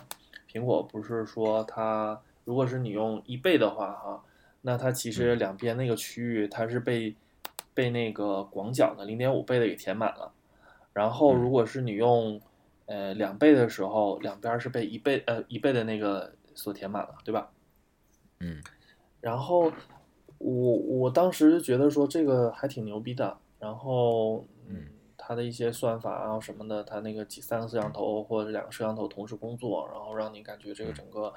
B: 苹果不是说它如果是你用一倍的话哈，那它其实两边那个区域它是被被那个广角的零点五倍的给填满了，然后如果是你用呃两倍的时候，两边是被一倍呃一倍的那个所填满了，对吧？
A: 嗯
B: 然后我我当时就觉得说这个还挺牛逼的，然后
A: 嗯，
B: 它的一些算法啊什么的，它那个几三个摄像头或者两个摄像头同时工作，然后让你感觉这
A: 嗯
B: 个整个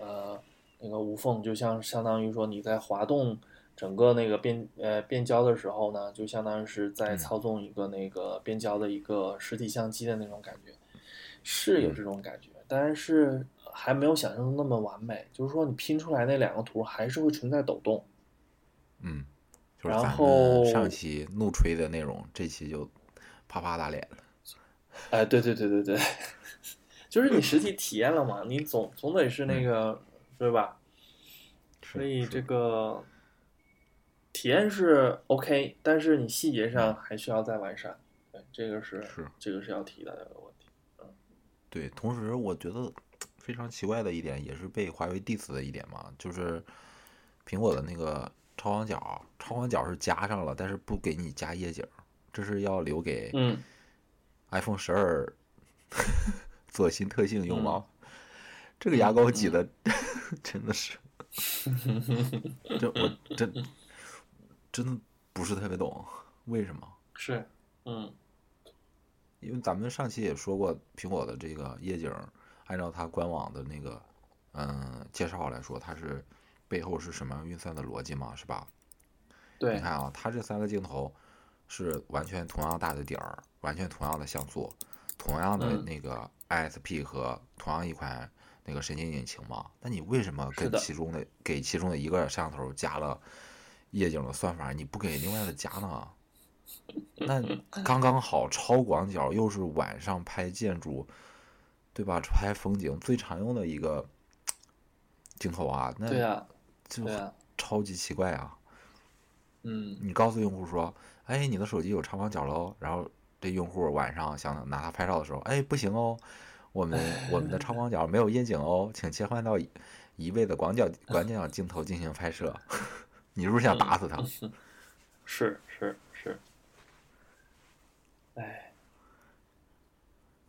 B: 呃那个无缝，就像相当于说你在滑动。整个那个变呃变焦的时候呢，就相当于是在
A: 嗯
B: 操纵一个那个变焦的一个实体相机的那种感觉，是有这种感觉，但是还没有想象中那么完美。就是说，你拼出来那两个图还是会存在抖动，
A: 嗯，就是
B: 然
A: 咱
B: 后
A: 们上期怒吹的内容，这期就啪啪打脸了。
B: 哎，对对对对对， 就是你实际体验了嘛，你总总得是那个，对吧？所以这个体验是 OK，但是你细节上还需要再完善。对，这个嗯是
A: 是
B: 这个是要提的这个问题。
A: 对，同时我觉得非常奇怪的一点，也是被华为 diss 的一点嘛，就是苹果的那个超广角，超广角是加上了，但是不给你加夜景儿，这是要留给
B: 嗯
A: iPhone 十二 做新特性用吗？这个牙膏挤的、 真的是，这我真真的不是特别懂为什么。
B: 是，嗯
A: 因为咱们上期也说过，苹果的这个夜景儿，按照它官网的那个嗯介绍来说，它是背后是什么样运算的逻辑嘛，是吧？你
B: 对，
A: 看啊，它这三个镜头是完全同样大的点儿，完全同样的像素，同样的
B: 嗯
A: 那个 ISP 和同样一款那个神经引擎嘛。那你为什么
B: 是
A: 跟
B: 的
A: 其中的给其中的一个摄像头加了夜景的算法，你不给另外的加呢？ 那刚刚好，超广角又是晚上拍建筑，对吧？拍风景最常用的一个镜头啊，那
B: 对啊，
A: 就
B: 对啊，
A: 超级奇怪啊。
B: 嗯
A: 你告诉用户说，哎，你的手机有超广角喽。然后这用户晚上想拿它拍照的时候，哎，不行哦，我 们我们的超广角没有夜景哦，请切换到一一倍的广角广角镜头进行拍摄。 你是不是想打死他？
B: 嗯是是是，哎，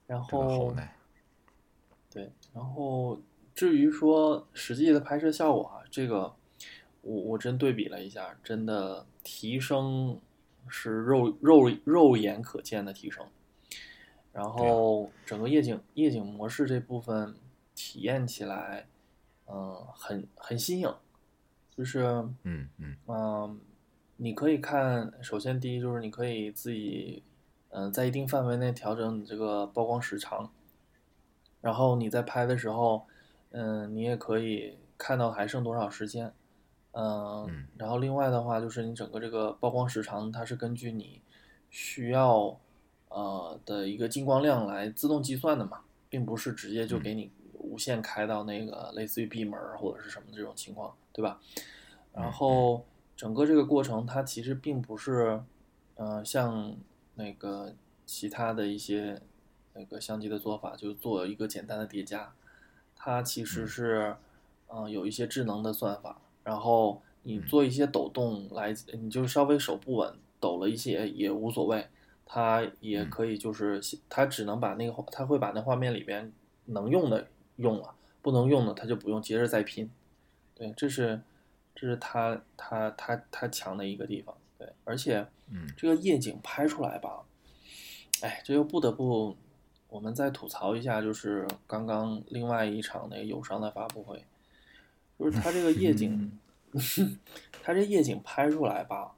B: 然
A: 这个好
B: 后
A: 奶。
B: 对，然后至于说实际的拍摄效果啊，这个我我真对比了一下，真的提升是肉肉肉眼可见的提升。然后整个夜景夜景模式这部分体验起来，嗯、很很新颖，就是
A: 嗯嗯
B: 嗯，你可以看，首先第一就是你可以自己，嗯、在一定范围内调整你这个曝光时长，然后你在拍的时候，嗯、你也可以看到还剩多少时间，嗯
A: 嗯，
B: 然后另外的话就是你整个这个曝光时长，它是根据你需要呃的一个进光量来自动计算的嘛，并不是直接就给你无限开到那个类似于闭门儿或者是什么这种情况，对吧？然后整个这个过程它其实并不是，呃，像那个其他的一些那个相机的做法，就是做一个简单的叠加，它其实是，嗯、有一些智能的算法，然后你做一些抖动来，你就稍微手不稳，抖了一些也无所谓，它也可以就是它只能把那个画它会把那画面里边能用的用了，不能用的它就不用，接着再拼。对，这是这是它它它它强的一个地方。对，而且
A: 嗯
B: 这个夜景拍出来吧，哎，这又不得不我们再吐槽一下，就是刚刚另外一场那个友商的发布会，就是它这个夜景，它这夜景拍出来吧，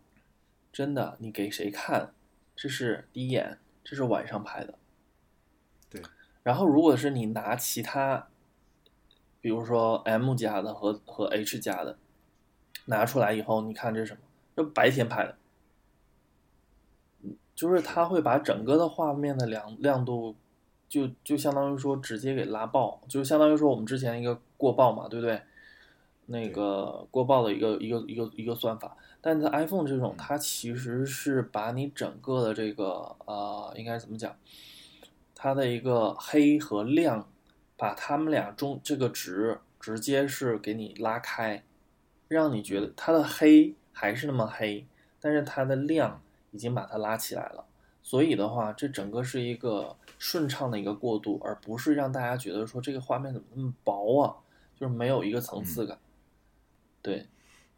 B: 真的，你给谁看？这是第一眼，这是晚上拍的。
C: 对。
B: 然后，如果是你拿其他，比如说 M 加的和和 H 加的拿出来以后，你看这是什么？这白天拍的，嗯就是它会把整个的画面的亮亮度就就相当于说直接给拉爆，就相当于说我们之前一个过曝嘛，对不对？那个播报的一个一个一个一个算法。但是 iPhone 这种，它其实是把你整个的这个呃，应该怎么讲，它的一个黑和亮，把它们俩中这个值直接是给你拉开，让你觉得它的黑还是那么黑，但是它的亮已经把它拉起来了。所以的话，这整个是一个顺畅的一个过渡，而不是让大家觉得说这个画面怎么那么薄啊，就是没有一个层次感。对，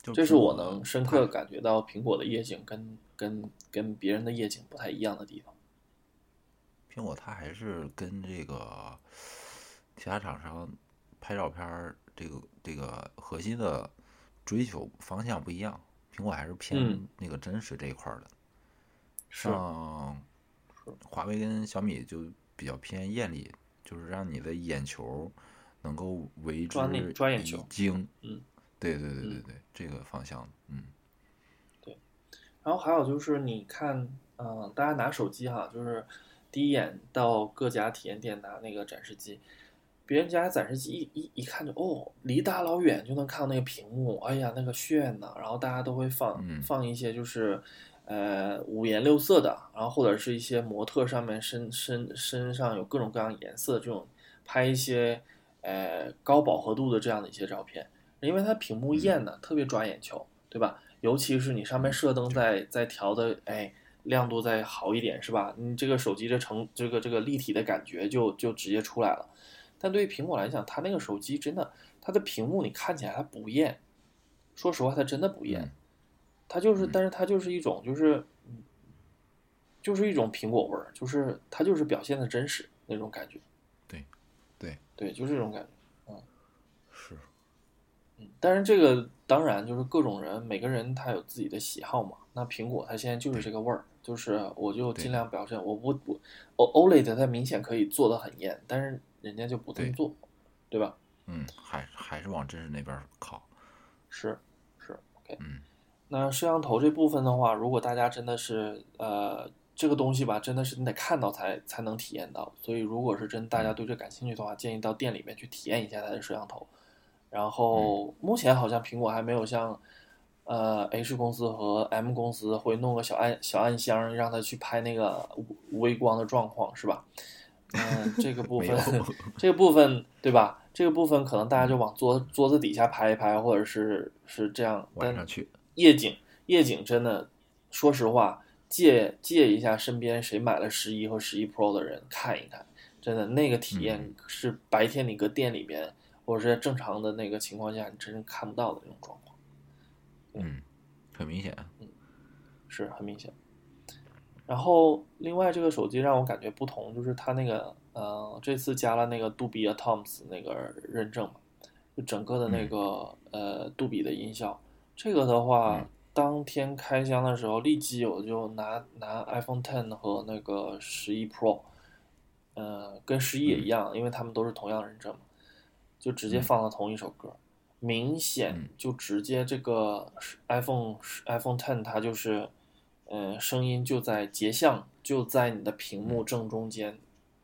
A: 就
B: 这是
A: 苹果
B: 我能深刻感觉到苹果的夜景跟跟跟别人的夜景不太一样的地方。
A: 苹果它还是跟这个其他厂商拍照片儿这个这个核心的追求方向不一样，苹果还是偏
B: 嗯
A: 那个真实这一块儿的。
B: 是，
A: 啊像华为跟小米就比较偏艳丽，就是让你的眼球能够为之
B: 抓那抓眼
A: 一
B: 球
A: 惊。
B: 嗯，
A: 对对对对
B: 嗯
A: 对，这个方向，嗯
B: 然后还有就是你看，嗯、大家拿手机哈，就是第一眼到各家体验店拿那个展示机，别人家展示机一一一看就哦，离大老远就能看到那个屏幕，哎呀，那个炫呐、然后大家都会放、
A: 嗯
B: 放一些就是，呃，五颜六色的，然后或者是一些模特上面身身身上有各种各样颜色的这种，拍一些呃高饱和度的这样的一些照片，因为它屏
A: 嗯
B: 幕艳呢，特别抓眼球，对吧？尤其是你上面射灯再再调的，哎，亮度再好一点，是吧？你这个手机的成这个这个立体的感觉就就直接出来了。但对于苹果来讲，它那个手机真的，它的屏幕你看起来它不艳，说实话，它真的不艳
A: 嗯，
B: 它就是，但是它就是一种就是，嗯就是一种苹果味儿，就是它就是表现的真实那种感觉，
A: 对
B: 对，就是这种感觉。
A: 是，
B: 但是这个当然就是各种人，每个人他有自己的喜好嘛。那苹果它现在就是这个味儿，就是我就
A: 对
B: 尽量表现，我不不，O OLED 它明显可以做的很艳，但是人家就不这么
A: 对
B: 做，对吧？
A: 嗯，还还是往真实那边儿靠，
B: 是是，OK。
A: 嗯
B: 那摄像头这部分的话，如果大家真的是呃这个东西吧，真的是你得看到才才能体验到。所以如果是真
A: 嗯
B: 大家对这感兴趣的话，建议到店里面去体验一下它的摄像头。
A: 嗯
B: 然后目前好像苹果还没有像呃 H 公司和 M 公司会弄个小暗小暗箱，让它去拍那个无微光的状况，是吧？嗯、这个部
A: 没
B: 分
A: 有，嗯
B: 这个部分对吧？这个部分可能大家就往桌桌子底下拍一拍，或者是是这样。
A: 晚
B: 但
A: 上去，
B: 夜景，夜景真的，说实话，借借一下身边谁买了十一和十一 Pro 的人看一看，真的那个体验
A: 嗯
B: 是白天你搁店里面，或者是在正常的那个情况下，你真是看不到的那种状况，
A: 嗯，很明显，
B: 是很明显。然后另外这个手机让我感觉不同，就是它那个呃，这次加了那个杜比 Atoms 那个认证嘛，就整个的
A: 嗯
B: 那个、呃杜比的音效。这个的话，
A: 嗯
B: 当天开箱的时候，立即我就拿拿 iPhone Ten 和那个十一 Pro，呃，跟十一也一样，因为他们都是同样认证嘛，就直接
A: 嗯
B: 放了同一首歌。明显
A: 嗯
B: 就直接这个是 iPhone 是 iPhone Ten 它就是，呃，声音就在截像就在你的屏幕正中间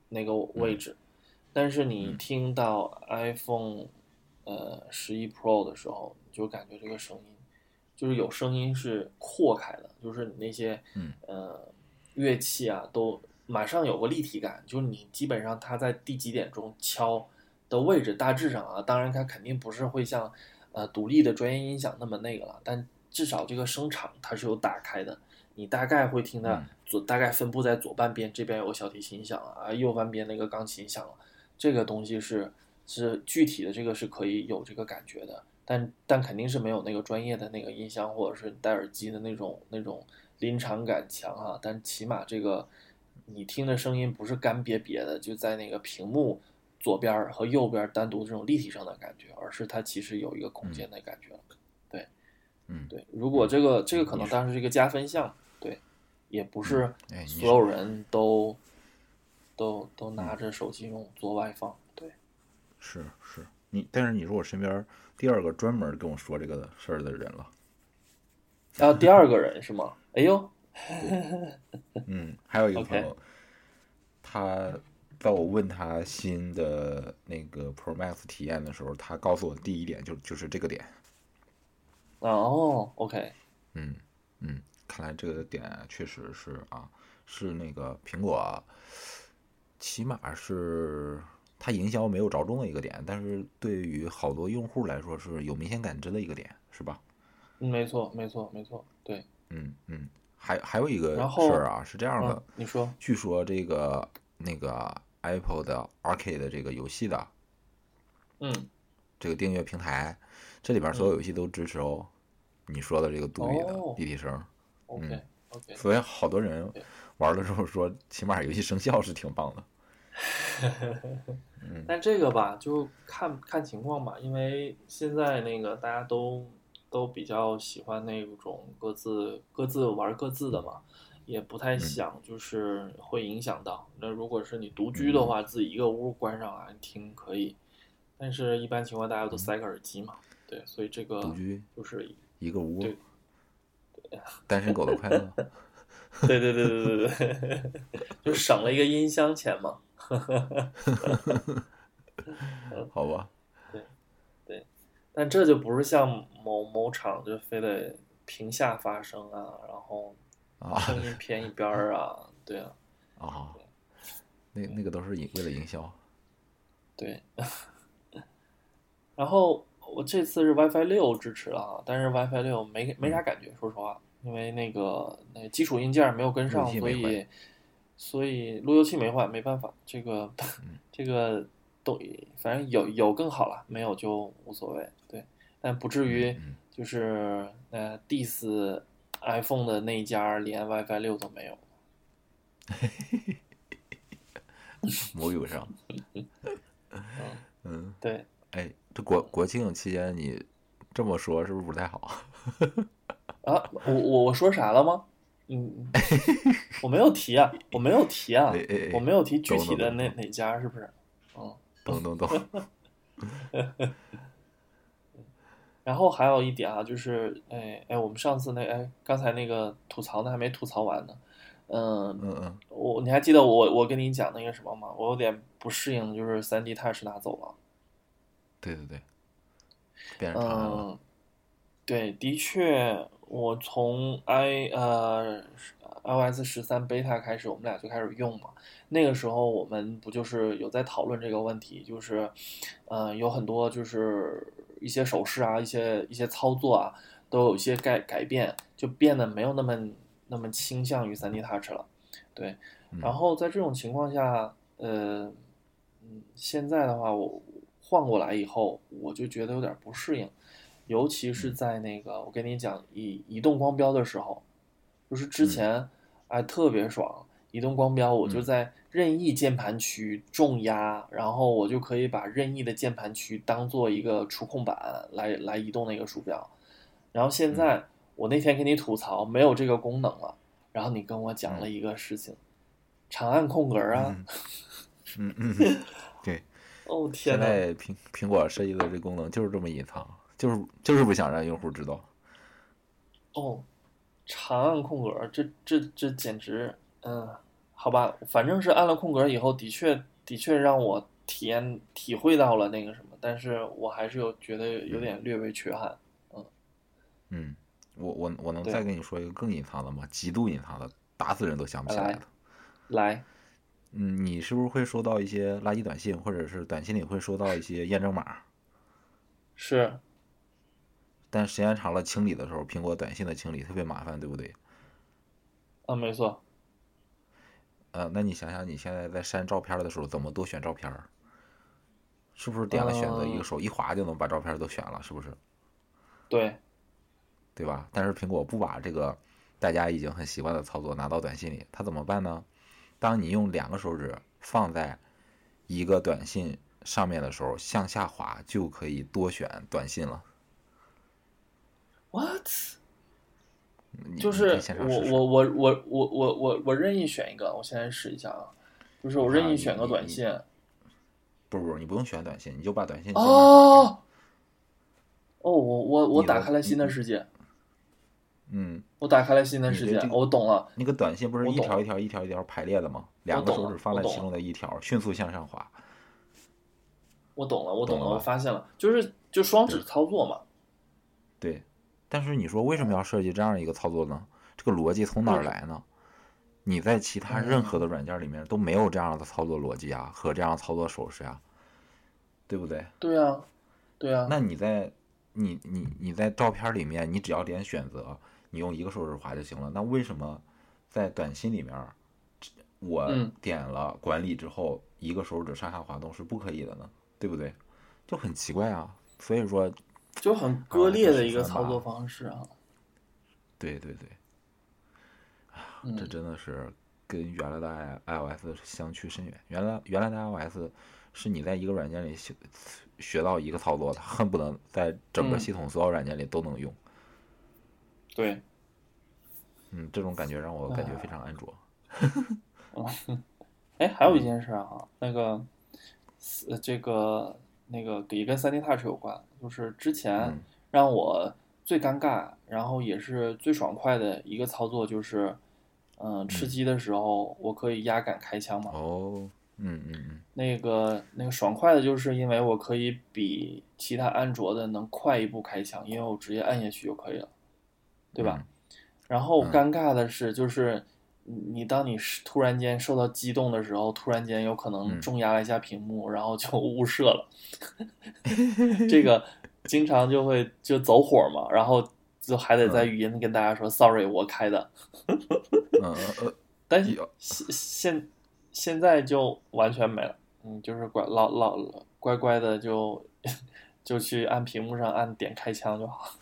B: 那个位置，但是你
A: 嗯
B: 听到 iPhone 呃十一 Pro 的时候，你就感觉这个声音就是有声音是扩开的，就是你那些
A: 嗯
B: 呃乐器啊都马上有个立体感，就是你基本上它在第几点钟敲的位置大致上啊，当然它肯定不是会像呃独立的专业音响那么那个了，但至少这个声场它是有打开的，你大概会听到
A: 嗯
B: 左、大概分布在左半边这边有个小提琴响了啊，右半边那个钢琴响了，这个东西是是具体的这个是可以有这个感觉的，但但肯定是没有那个专业的那个音箱或者是戴耳机的那种那种临场感强啊，但起码这个你听的声音不是干瘪瘪的，就在那个屏幕左边儿和右边儿单独这种立体上的感觉，而是它其实有一个空间的感觉了。
A: 嗯，
B: 对，如果这个这个可
A: 你
B: 能
A: 是
B: 当然是一个加分项，对，也不是
A: 哎，你
B: 所有人都、都都拿着手机用做外放，对，
A: 是是你，但是你是我身边儿第二个专门跟我说这个事儿的人了。
B: 然后第二个人是吗？哎呦，
A: 嗯，还有一个
B: OK
A: 朋友，他在我问他新的那个 Pro Max 体验的时候，他告诉我的第一点就就是这个点。
B: 哦，OK，
A: 嗯嗯，看来这个点确实是啊，是那个苹果，起码是它营销没有着重的一个点，但是对于好多用户来说是有明显感知的一个点，是吧？
B: 嗯没错，没错，没错，对，
A: 嗯嗯，还还有一个
B: 然
A: 事
B: 后
A: 儿啊，是这样的，
B: 嗯，你说，
A: 据说这个那个 Apple 的 Arcade 的这个游戏的
B: 嗯，
A: 这个订阅平台，这里边所有游戏都支持哦。你说的这个杜比的
B: 哦
A: 立体声，
B: OK OK，
A: 所以好多人玩的时候说，起码游戏生效是挺棒的。
B: 但这个吧，就看看情况吧，因为现在那个大家都都比较喜欢那种各自各自玩各自的嘛，也不
A: 嗯
B: 太想就是会影响到。那如果是你独居
A: 嗯
B: 的话，自己一个屋关上啊听可以，但是一般情况大家都塞个耳机嘛，对，所以这个
A: 嗯独居
B: 就是
A: 一个屋
B: 对，
A: 单身狗的快乐。
B: 对对对对对对， 就省了一个音箱钱嘛。
A: 好吧，
B: 但这就不是像某某厂就非得屏下发声啊，然后
A: 啊
B: 声音偏一边儿啊，对啊，
A: 啊，那那个都是为了营销。
B: 对。 然后我这次是 WiFi 六支持了啊，但是 WiFi 六没没
A: 嗯
B: 啥感觉，说实话，因为那个那基础硬件没有跟上，
A: 路由器
B: 所
A: 没
B: 以所以路由器没换，没办法，这个
A: 嗯
B: 这个都反正有有更好了，没有就无所谓，对，但不至于
A: 嗯
B: 就是呃 diss iPhone 的那一家连 WiFi 六都没有。
A: 母语上， 嗯，
B: 对，
A: 哎，这国国庆期间你这么说是不是不太好？
B: 啊，我我我说啥了吗？ 嗯，我没有提啊，我没有提啊
A: 哎，哎哎，
B: 我没有提具体的
A: 懂懂
B: 那
A: 懂
B: 哪家是不是？嗯，
A: 懂懂懂，
B: 然后还有一点啊，就是哎哎，我们上次那哎刚才那个吐槽的还没吐槽完呢，嗯，
A: 嗯嗯，
B: 我你还记得我我跟你讲那个什么吗？我有点不适应，就是三 D Touch 拿走了。
A: 对对对，变成长安了，
B: 嗯，对，的确，我从 i 呃 iOS 十三 beta 开始，我们俩就开始用嘛。那个时候我们不就是有在讨论这个问题，就是，呃，有很多就是一些手势啊，一些一些操作啊，都有一些改改变，就变得没有那么那么倾向于 3D Touch 了。对，
A: 嗯
B: 然后在这种情况下，呃，嗯，现在的话，我换过来以后，我就觉得有点不适应，尤其
A: 嗯
B: 是在那个我跟你讲移移动光标的时候，就是之前哎特别爽，移动光标我就
A: 嗯
B: 在任意键盘区重压，然后我就可以把任意的键盘区当做一个触控板来来移动那个鼠标，然后
A: 嗯
B: 现在我那天跟你吐槽没有这个功能了，然后你跟我讲了一个事情，长按空格啊。
A: 嗯嗯嗯，嗯 对，
B: 哦天
A: 现
B: 呐，
A: 在苹苹果设计的这功能就是这么隐藏，就是就是不想让用户知道。
B: 哦，长按空格，这这这简直，嗯，好吧，反正是按了空格以后，的确的确让我体验体会到了那个什么，但是我还是有觉得有点略微缺憾。
A: 嗯，我我我能
B: 对
A: 再跟你说一个更隐藏的吗？极度隐藏的，打死人都想不起来
B: 来
A: 的。
B: 来，
A: 嗯，你是不是会收到一些垃圾短信，或者是短信里会收到一些验证码？
B: 是，
A: 但时间长了清理的时候，苹果短信的清理特别麻烦，对不对？
B: 啊，没错，
A: 呃，那你想想你现在在删照片的时候怎么多选照片儿？是不是点了选择一个
B: 哦
A: 手一滑就能把照片都选了？是不是？
B: 对，
A: 对吧？但是苹果不把这个大家已经很习惯的操作拿到短信里，它怎么办呢？当你用两个手指放在一个短信上面的时候，向下滑就可以多选短信了。
B: what？
A: 你
B: 就
A: 你可
B: 是
A: 以现场试试
B: 我我我我我我我我任意选一个，我现在试一下啊，就是我任
A: 啊
B: 意
A: 你
B: 选个
A: 你
B: 短
A: 你
B: 信。
A: 不不，你不用选短信，你就把短信
B: 哦，哦，我我我
A: 你
B: 打
A: 的
B: 开了新的
A: 你
B: 世界。
A: 嗯，
B: 我打开了新的视
A: 你觉
B: 界
A: 得这，个
B: 我懂了，
A: 那个短信不是
B: 我
A: 一
B: 懂
A: 条一条一条一条排列的吗？两个
B: 懂
A: 手
B: 了
A: 指放
B: 我
A: 在
B: 懂
A: 其中的一条，迅速向上滑。
B: 我懂了，我
A: 懂
B: 懂
A: 了吧
B: 我发现了，就是就双指操作嘛，
A: 对，但是你说为什么要设计这样一个操作呢？这个逻辑从
B: 嗯
A: 哪儿来呢？你在其他任何的软件里面都没有这样的操作逻辑啊和这样的操作手势啊，对不对？
B: 对啊，对啊，
A: 那你在你你你在照片里面，你只要点选择，你用一个手指滑就行了。那为什么在短信里面，这我
B: 嗯
A: 点了管理之后，一个手指上下滑动是不可以的呢？对不对？就很奇怪啊。所以说，
B: 就很割裂的一个
A: 啊这是
B: 操作方式啊，
A: 对对对，啊，这
B: 嗯
A: 真的是跟原来的 i iOS 相去甚远。原来原来的 iOS 是你在一个软件里学学到一个操作，它恨不得在整个
B: 嗯
A: 系统所有软件里都能用。
B: 对，
A: 嗯，这种感觉让我感觉非常安卓。
B: 哎，还有一件事啊，那个，呃，这个那个也跟 3D Touch 有关，就是之前
A: 嗯
B: 让我最尴尬，然后也是最爽快的一个操作就是，嗯、吃鸡的时候我可以压杆开枪嘛，
A: 哦，嗯嗯嗯，
B: 那个那个爽快的就是因为我可以比其他安卓的能快一步开枪，因为我直接按下去就可以了，对吧？然后
A: 嗯
B: 尴尬的是，就是你你当你是突然间受到激动的时候，突然间有可能
A: 嗯
B: 重压了一下屏幕，然后就 误射了。这个经常就会就走火嘛，然后就还得在语音跟大家说、sorry，我开的。
A: 嗯呃
B: 但是
A: 有
B: 现现现在就完全没了，嗯，就是乖老老老乖乖的就 就去按屏幕上按点开枪就好。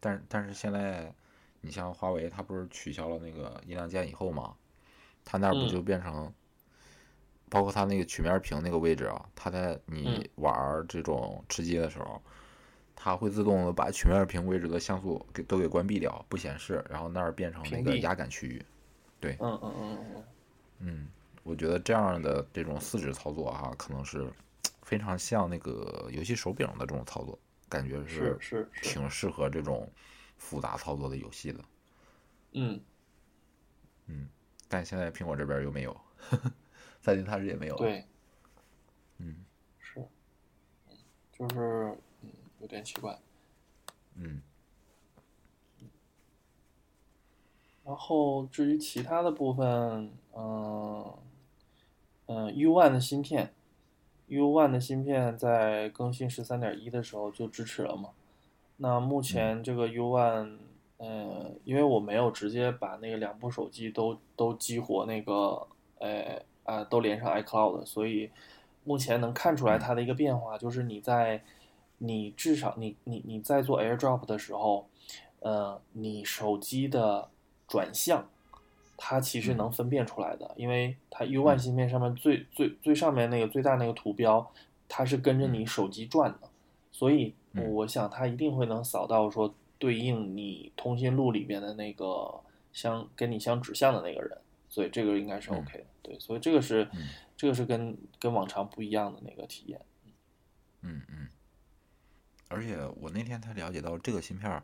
A: 但是但是现在，你像华为，它不是取消了那个音量键以后嘛，它那儿不
B: 嗯
A: 就变成，包括它那个曲面屏那个位置啊，它在你
B: 嗯
A: 玩儿这种吃鸡的时候，它会自动的把曲面屏位置的像素给都给关闭掉，不显示，然后那儿变成那
B: 屏
A: 个
B: 蔽
A: 压感区域。
B: 嗯嗯嗯嗯嗯，
A: 嗯，我觉得这样的这种四指操作啊，可能是非常像那个游戏手柄的这种操作，感觉
B: 是是是，
A: 挺适合这种复杂操作的游戏的。
B: 嗯，
A: 但现在苹果这边又没有， 赛金踏实也没有。，
B: 对，
A: 嗯
B: 是，嗯就是嗯有点奇怪。
A: 嗯
B: 然后至于其他的部分，嗯嗯，U One 的芯片，U One 的芯片在更新十三点一的时候就支持了嘛。那目前这个 U One，呃，因为我没有直接把那个两部手机都都激活那个，呃啊，都连上 iCloud，所以目前能看出来它的一个变化，就是你在你至少你你你在做 AirDrop 的时候，呃，你手机的转向，它其实能分辨出来的，因为它 U One 芯片上面最最最上面那个最大那个图标，它是跟着你手机转的，所以
A: 嗯
B: 我想它一定会能扫到说对应你通讯录里边的那个相跟你相指向的那个人，所以这个应该是
A: 嗯
B: OK 的。对，所以这个是、
A: 嗯
B: 这个是跟跟往常不一样的那个体验。
A: 嗯嗯。而且我那天才了解到，这个芯片儿，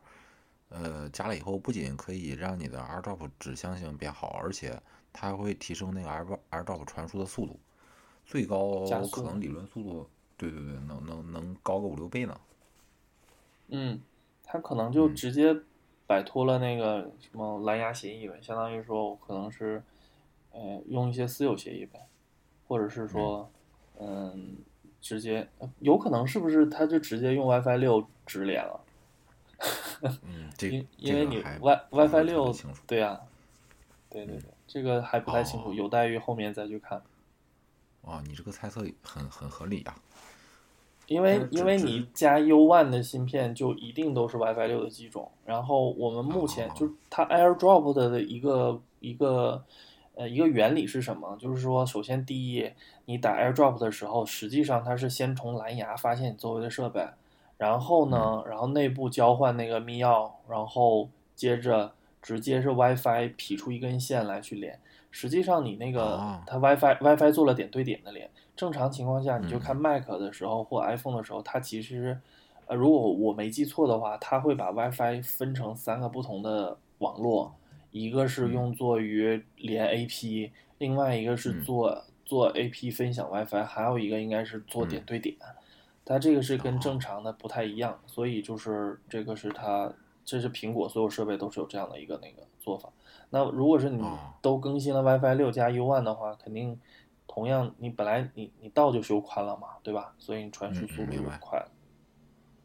A: 呃，加了以后不仅可以让你的 AirDrop 指向性变好，而且它还会提升那个 Air AirDrop 传输的速度，最高
B: 加
A: 可
B: 速
A: 能理论速度，对对对，能能能高个五六倍呢。
B: 嗯，它可能就
A: 嗯
B: 直接摆脱了那个什么蓝牙协议呗，相当于说我可能是，呃，用一些私有协议呗，或者是说，嗯，直接呃有可能是不是它就直接用 WiFi 六直连了？
A: 嗯，这
B: 因
A: 这
B: 因为
A: 个
B: 你
A: 还
B: Wi
A: 不是
B: WiFi
A: 特别
B: 六
A: 清楚，
B: 对呀，对对对，这个还不太清楚，
A: 哦
B: 有待于后面再去看。
A: 啊，你这个猜测很很合理啊。
B: 因为
A: 只
B: 因为
A: 只
B: 你加 U One 的芯片就一定都是 WiFi 六的机种，然后我们目前
A: 哦
B: 就是它 AirDrop 的一个一个呃一个原理是什么？就是说，首先第一，你打 AirDrop 的时候，实际上它是先从蓝牙发现你周围的设备，然后呢，
A: 嗯
B: 然后内部交换那个密钥，然后接着直接是 WiFi 劈出一根线来去连。实际上你那个、
A: 哦
B: 它 WiFi WiFi 做了点对点的连。正常情况下，你就
A: 嗯
B: 看 Mac 的时候或 iPhone 的时候，它其实，呃，如果我没记错的话，它会把 WiFi 分成三个不同的网络，一个是用作于连 AP，另外一个是做做 AP 分享 WiFi，还有一个应该是做点对点。它这个是跟正常的不太一样，所以就是这个是它，这是苹果所有设备都是有这样的一个那个做法。那如果是你
A: 哦
B: 都更新了 WiFi 六加 U One 的话，肯定同样你本来你你道就修宽了嘛，对吧？所以你传
A: 嗯
B: 输
A: 嗯
B: 速度
A: 明
B: 就
A: 白
B: 快了。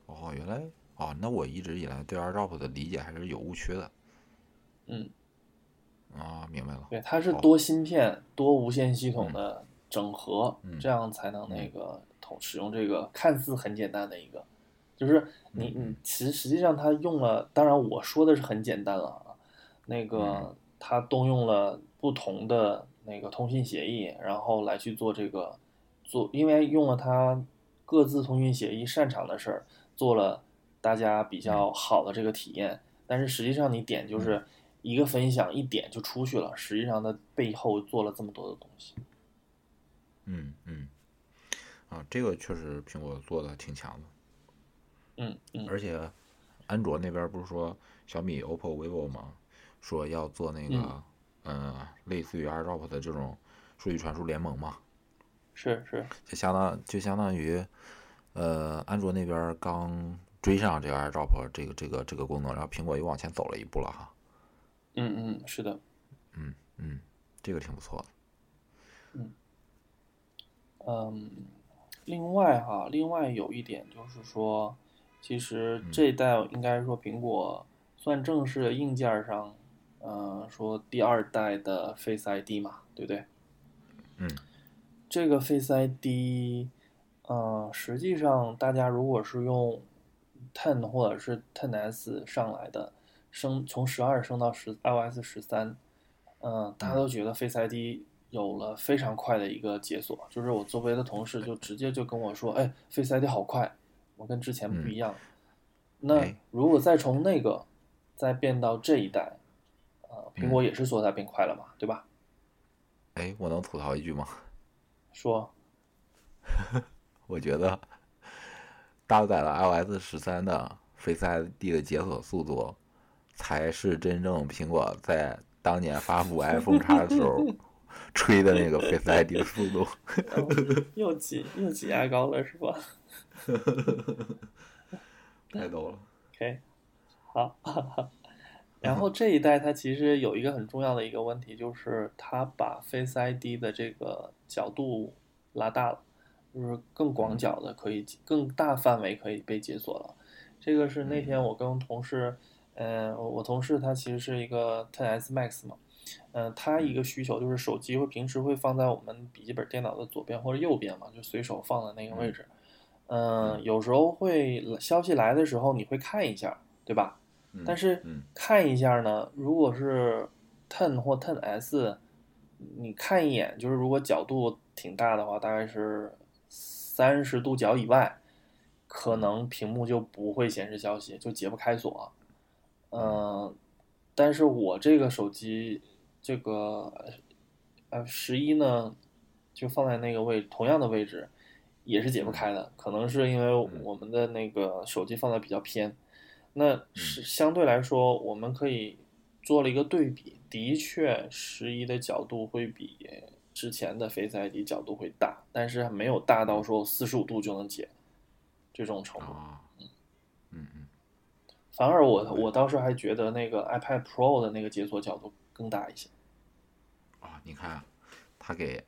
A: 哦，原来哦，那我一直以来对 AirDrop 的理解还是有误区的
B: 嗯，
A: 啊、明白了。
B: 对，它是
A: 哦
B: 多芯片、多无线系统的整合，
A: 嗯
B: 这样才能那个同使用这个看似很简单的一个，就是你
A: 嗯
B: 你其实实际上它用了，当然我说的是很简单了啊，那个
A: 嗯
B: 它动用了不同的那个通信协议，然后来去做这个做，因为用了它各自通讯协议擅长的事儿，做了大家比较
A: 嗯
B: 好的这个体验。但是实际上你点就是一个分享一点就出去了，实际上它背后做了这么多的东西。
A: 嗯嗯，啊，这个确实苹果做的挺强的，
B: 嗯嗯
A: 而且安卓那边不是说小米、OPPO、vivo 吗？说要做那个嗯、呃类似于 AirDrop 的这种数据传输联盟嘛，
B: 是是，
A: 就相当就相当于呃安卓那边刚追上这个 AirDrop 这个这个这个功能，然后苹果又往前走了一步了哈。
B: 嗯嗯是的，
A: 嗯，这个挺不错的。
B: 嗯，另外哈，另外有一点就是说，其
A: 嗯
B: 实这一代应该说苹果算正式的硬件儿上，呃，说第二代的 Face ID 嘛，对不对？
A: 嗯，
B: 这个 Face ID，呃，实际上大家如果是用 Ten 或者是 Ten S 上来的，升从十二升到十 iOS 十三，嗯，大家都觉得 Face ID 有了非常快的一个解锁，就是我周围的同事就直接就跟我说，哎，Face ID 好快，我跟之前不一样。那
A: 哎
B: 如果再从那个再变到这一代，呃，苹果也是说它变快了嘛，对吧？
A: 哎，我能吐槽一句吗？
B: 说，
A: 我觉得搭载了 iOS 十三的 Face ID 的解锁速度，才是真正苹果在当年发布 iPhone 叉的时候吹的那个 Face ID 的速 度。
B: 呃又挤又挤牙膏了是吧？
A: 太逗了！
B: OK，好， 然后这一代它其实有一个很重要的一个问题，就是它把 Face ID 的这个角度拉大了，就是更广角的可以更大范围可以被解锁了。这个是那天我跟同事，嗯、我我同事他其实是一个 10s Max 嘛，嗯、他一个需求就是手机会平时会放在我们笔记本电脑的左边或者右边嘛，就随手放的那个位置。嗯，有时候会消息来的时候你会看一下，对吧？
A: 嗯
B: 但是
A: 嗯
B: 看一下呢，如果是 Ten 或 Ten S，你看一眼，就是如果角度挺大的话，大概是三十度角以外，可
A: 嗯
B: 能屏幕就不会显示消息，就解不开锁。嗯、但是我这个手机这个呃十一呢，就放在那个位同样的位置，也是
A: 嗯
B: 解不开的，可能是因为我们的那个手机放的比较偏。那是相对来说，我们可以做了一个对比，的确十一的角度会比之前的 Face ID 角度会大，但是没有大到说四十五度就能解这种程度。
A: 啊，嗯嗯，
B: 反而我我当时还觉得那个 iPad Pro 的那个解锁角度更大一些。
A: 啊，你看，他给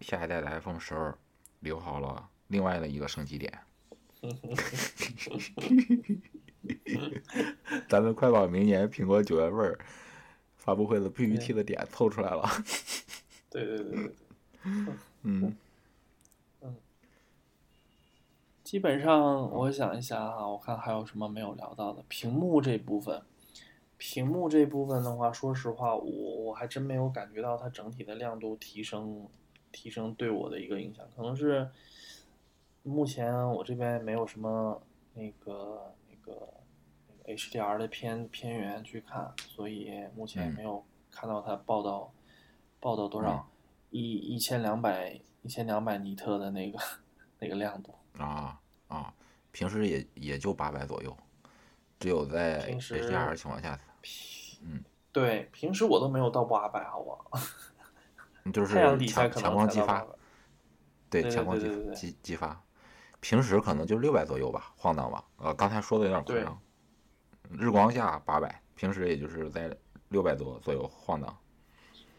A: 下一代的 iPhone 十二留好了另外的一个升级点。 咱们快把明年苹果九月份儿发布会的 PPT 的点凑出来了。
B: 对对对对对，
A: 嗯
B: 基本上我想一下啊，我看还有什么没有聊到的。屏幕这部分，屏幕这部分的话，说实话，我我还真没有感觉到它整体的亮度提升，提升对我的一个影响，可能是目前我这边没有什么那个那个那个 HDR 的片片源去看，所以目前也
A: 嗯
B: 没有看到它报道、报道多少一一 千两百一千两百尼特的那个那个亮度。
A: 啊啊，平时也也就八百左右，只有在
B: 平时
A: HDR 情况下，
B: 对，平时我都没有到八百，好不好？
A: 就
B: 太阳
A: 是
B: 底下
A: 强
B: 可
A: 强
B: 能
A: 光
B: 才
A: 激
B: 到
A: 发
B: 800，
A: 对，
B: 对
A: 强
B: 对
A: 光
B: 对
A: 激
B: 对
A: 发
B: 对
A: 激激发，平时可能就六百左右吧，晃荡吧。呃，刚才说的有点夸
B: 对
A: 张，嗯日光下八百，平时也就是在六百多左右晃荡。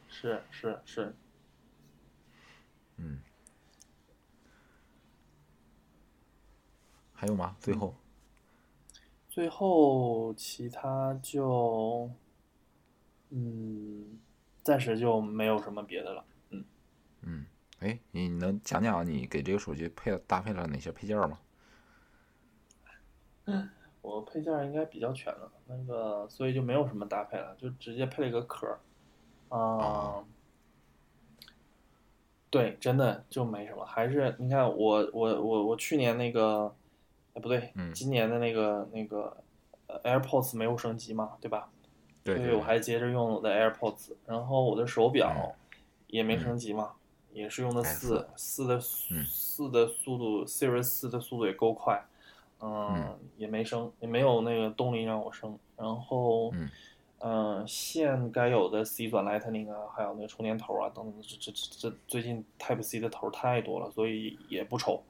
B: 是是是，
A: 嗯，还有吗？最后，
B: 最后其他就，嗯，暂时就没有什么别的了。
A: 嗯，哎，你能讲讲你给这个手机配了搭配了哪些配件儿吗？
B: 我配件儿应该比较全了，那个所以就没有什么搭配了，就直接配了一个壳儿，啊、
A: 啊
B: 对，真的就没什么，还是你看我我我我去年那个，哎不对，
A: 嗯
B: 今年的那个那个呃 AirPods 没有升级嘛，对吧？
A: 对
B: 所以哎我还接着用我的 AirPods，然后我的手表
A: 嗯
B: 也没升级嘛，也是用的
A: S
B: 四四的速
A: 嗯
B: 四的速度，Series 四的速度也够快，嗯
A: 嗯，
B: 也没升，也没有那个动力让我升。然后，
A: 嗯
B: 嗯，线该有的 C 转 Lightning 啊，还有那个充电头啊等等，这这这这最近 Type C 的头儿太多了，所以也不愁。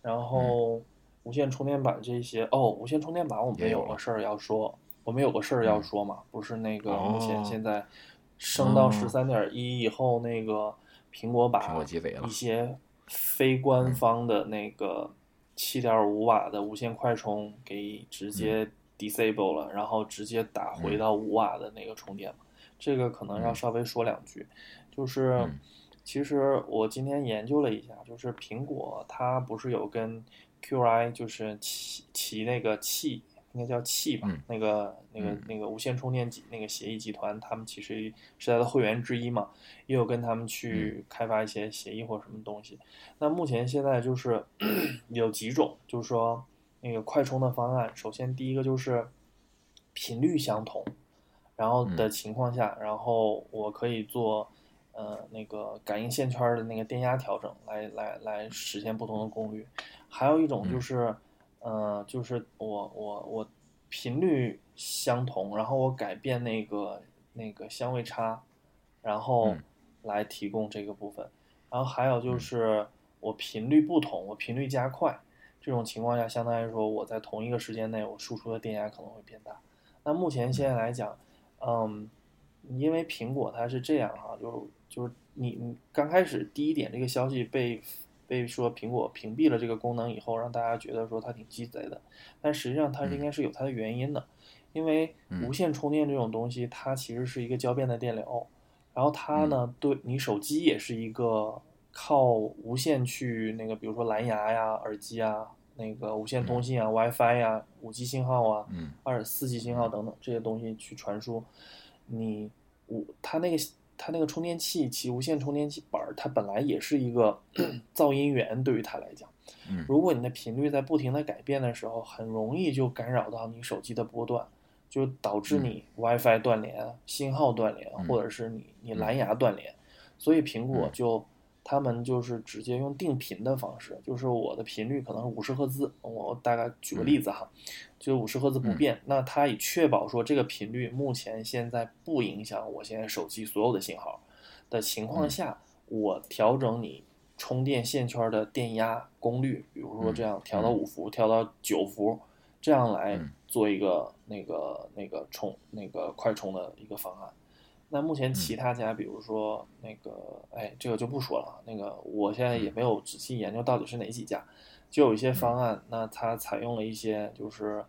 B: 然
A: 嗯
B: 后无线充电板这些，哦，无线充电板我们
A: 也有
B: 有个
A: 了
B: 事儿要说，我们有个事儿要
A: 嗯
B: 说嘛，不是那个
A: 哦
B: 目前现在升到
A: 哦
B: 十三点一以后，那个苹果把
A: 苹果鸡贼了嗯
B: 一些非官方的那个七点五瓦的无线快充给直
A: 嗯
B: 接 disable 了，然后直接打回到五瓦的那个充电嘛。这个可能要
A: 嗯
B: 稍微说两句，就是。
A: 嗯
B: 其实我今天研究了一下，就是苹果它不是有跟 QI 就是齐齐那个气，应该叫气吧，
A: 嗯
B: 那个那个
A: 嗯
B: 那个无线充电集那个协议集团，他们其实是它的会员之一嘛，也有跟他们
A: 嗯
B: 去开发一些协议或什么东西。那目前现在就是 有几种，就是说那个快充的方案，首先第一个就是频率相同，然后的
A: 嗯
B: 情况下，然后我可以做呃那个感应线圈儿的那个电压调整，来来来实现不同的功率。还有一种就
A: 嗯
B: 是，呃，就是我我我频率相同，然后我改变那个那个相位差，然后
A: 嗯
B: 来提供这个部分。然后还有就
A: 嗯
B: 是我频率不同，我频率加快，这种情况下，相当于说我在同一个时间内，我输出的电压可能会变大。那目前现在来讲，嗯，因为苹果它是这样哈、就就是你你刚开始第一点这个消息被被说苹果屏蔽了这个功能以后，让大家觉得说它挺鸡贼的，但实际上它是
A: 嗯
B: 应该是有它的原因的，因为
A: 嗯
B: 无线充电这种东西，它其实是一个交变的电流，然后
A: 嗯
B: 它呢呃对你手机也是一个靠无线去那个，比如说蓝牙呀、耳机啊、那个无线通信啊、WiFi 呀、五 G 信号啊，
A: 嗯
B: 二四 G 信号等等这些东西去传输，你我它那个它那个充电器，其无线充电器板儿，它本来也是一个 噪音源，对于它来讲，
A: 嗯
B: 如果你的频率在不停的改变的时候，很容易就干扰到你手机的波段，就导致
A: 嗯
B: 你 WiFi 断联、信号断联，
A: 嗯
B: 或者是你你
A: 嗯
B: 蓝牙断联。所以苹果
A: 嗯
B: 就他们就是直接用定频的方式，就是我的频率可能是五十赫兹，我大概举
A: 嗯
B: 个例子哈，就五十赫兹不变，那它以确保说这个频率目前现在不影响我现在手机所有的信号的情况下，我调整你充电线圈的电压功率，比如说这样调到
A: 嗯
B: 五伏，调到九伏，这样来
A: 嗯
B: 做一个那个那个充那个快充的一个方案。那
A: 嗯
B: 目前其他家，比如说那个，哎，这个就不说了啊。那个我现在
A: 嗯
B: 也没有仔细研究到底是哪几家，就有一些方案，那它采用了一些就是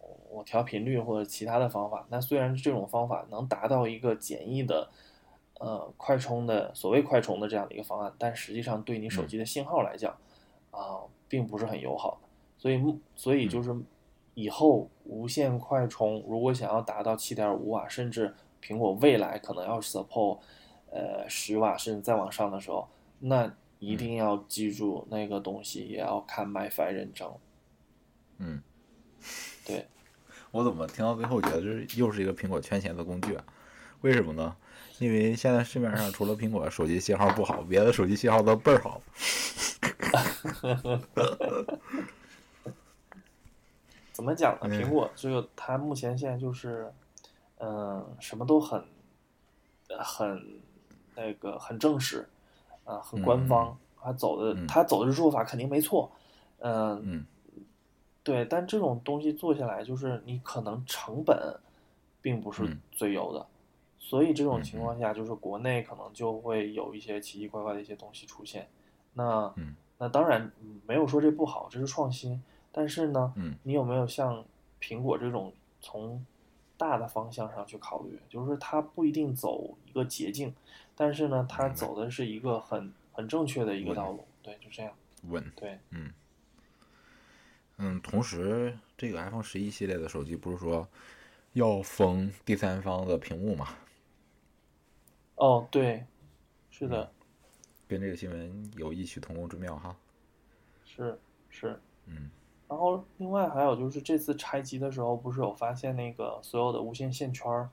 B: 我我调频率或者其他的方法。那虽然这种方法能达到一个简易的呃快充的所谓快充的这样的一个方案，但实际上对你
A: 嗯
B: 手机的信号来讲啊、并不是很友好的。所以目所以就是以后无线快充如果想要达到七点五瓦，甚至苹果未来可能要 support 呃十瓦甚至再往上的时候，那一定要记住那个东西也要看 MiFi 认证。
A: 嗯，
B: 对，
A: 我怎么听到最后觉得这又是一个苹果圈钱的工具、啊？为什么呢？因为现在市面上除了苹果手机信号不好，别的手机信号都倍儿好。
B: 怎么讲呢？
A: 嗯
B: 苹果这个它目前现在就是，嗯、什么都很很那个很正式啊、很官方。它走的
A: 嗯
B: 它走的做法肯定没错，嗯、
A: 嗯
B: 对，但这种东西做下来，就是你可能成本并不是
A: 嗯
B: 最优的，所以这种
A: 嗯
B: 情
A: 嗯
B: 况下，就是国内可能就会有一些奇奇怪怪的一些东西出现。那
A: 嗯
B: 那当然嗯没有说这不好，这是创新，但是呢，
A: 嗯
B: 你有没有像苹果这种从大的方向上去考虑？就是它不一定走一个捷径，但是呢，它
A: 明白
B: 走的是一个很很正确的一个
A: 稳
B: 道路。对，就这样。
A: 稳，
B: 对，
A: 嗯嗯，同时这个 iPhone 十一系列的手机不是说要封第三方的屏幕嘛？
B: 哦，对，是的，
A: 跟这个新闻有异曲同工之妙哈。
B: 是是。
A: 嗯
B: 然后另外还有就是这次拆机的时候，不是有发现那个所有的无线线圈儿，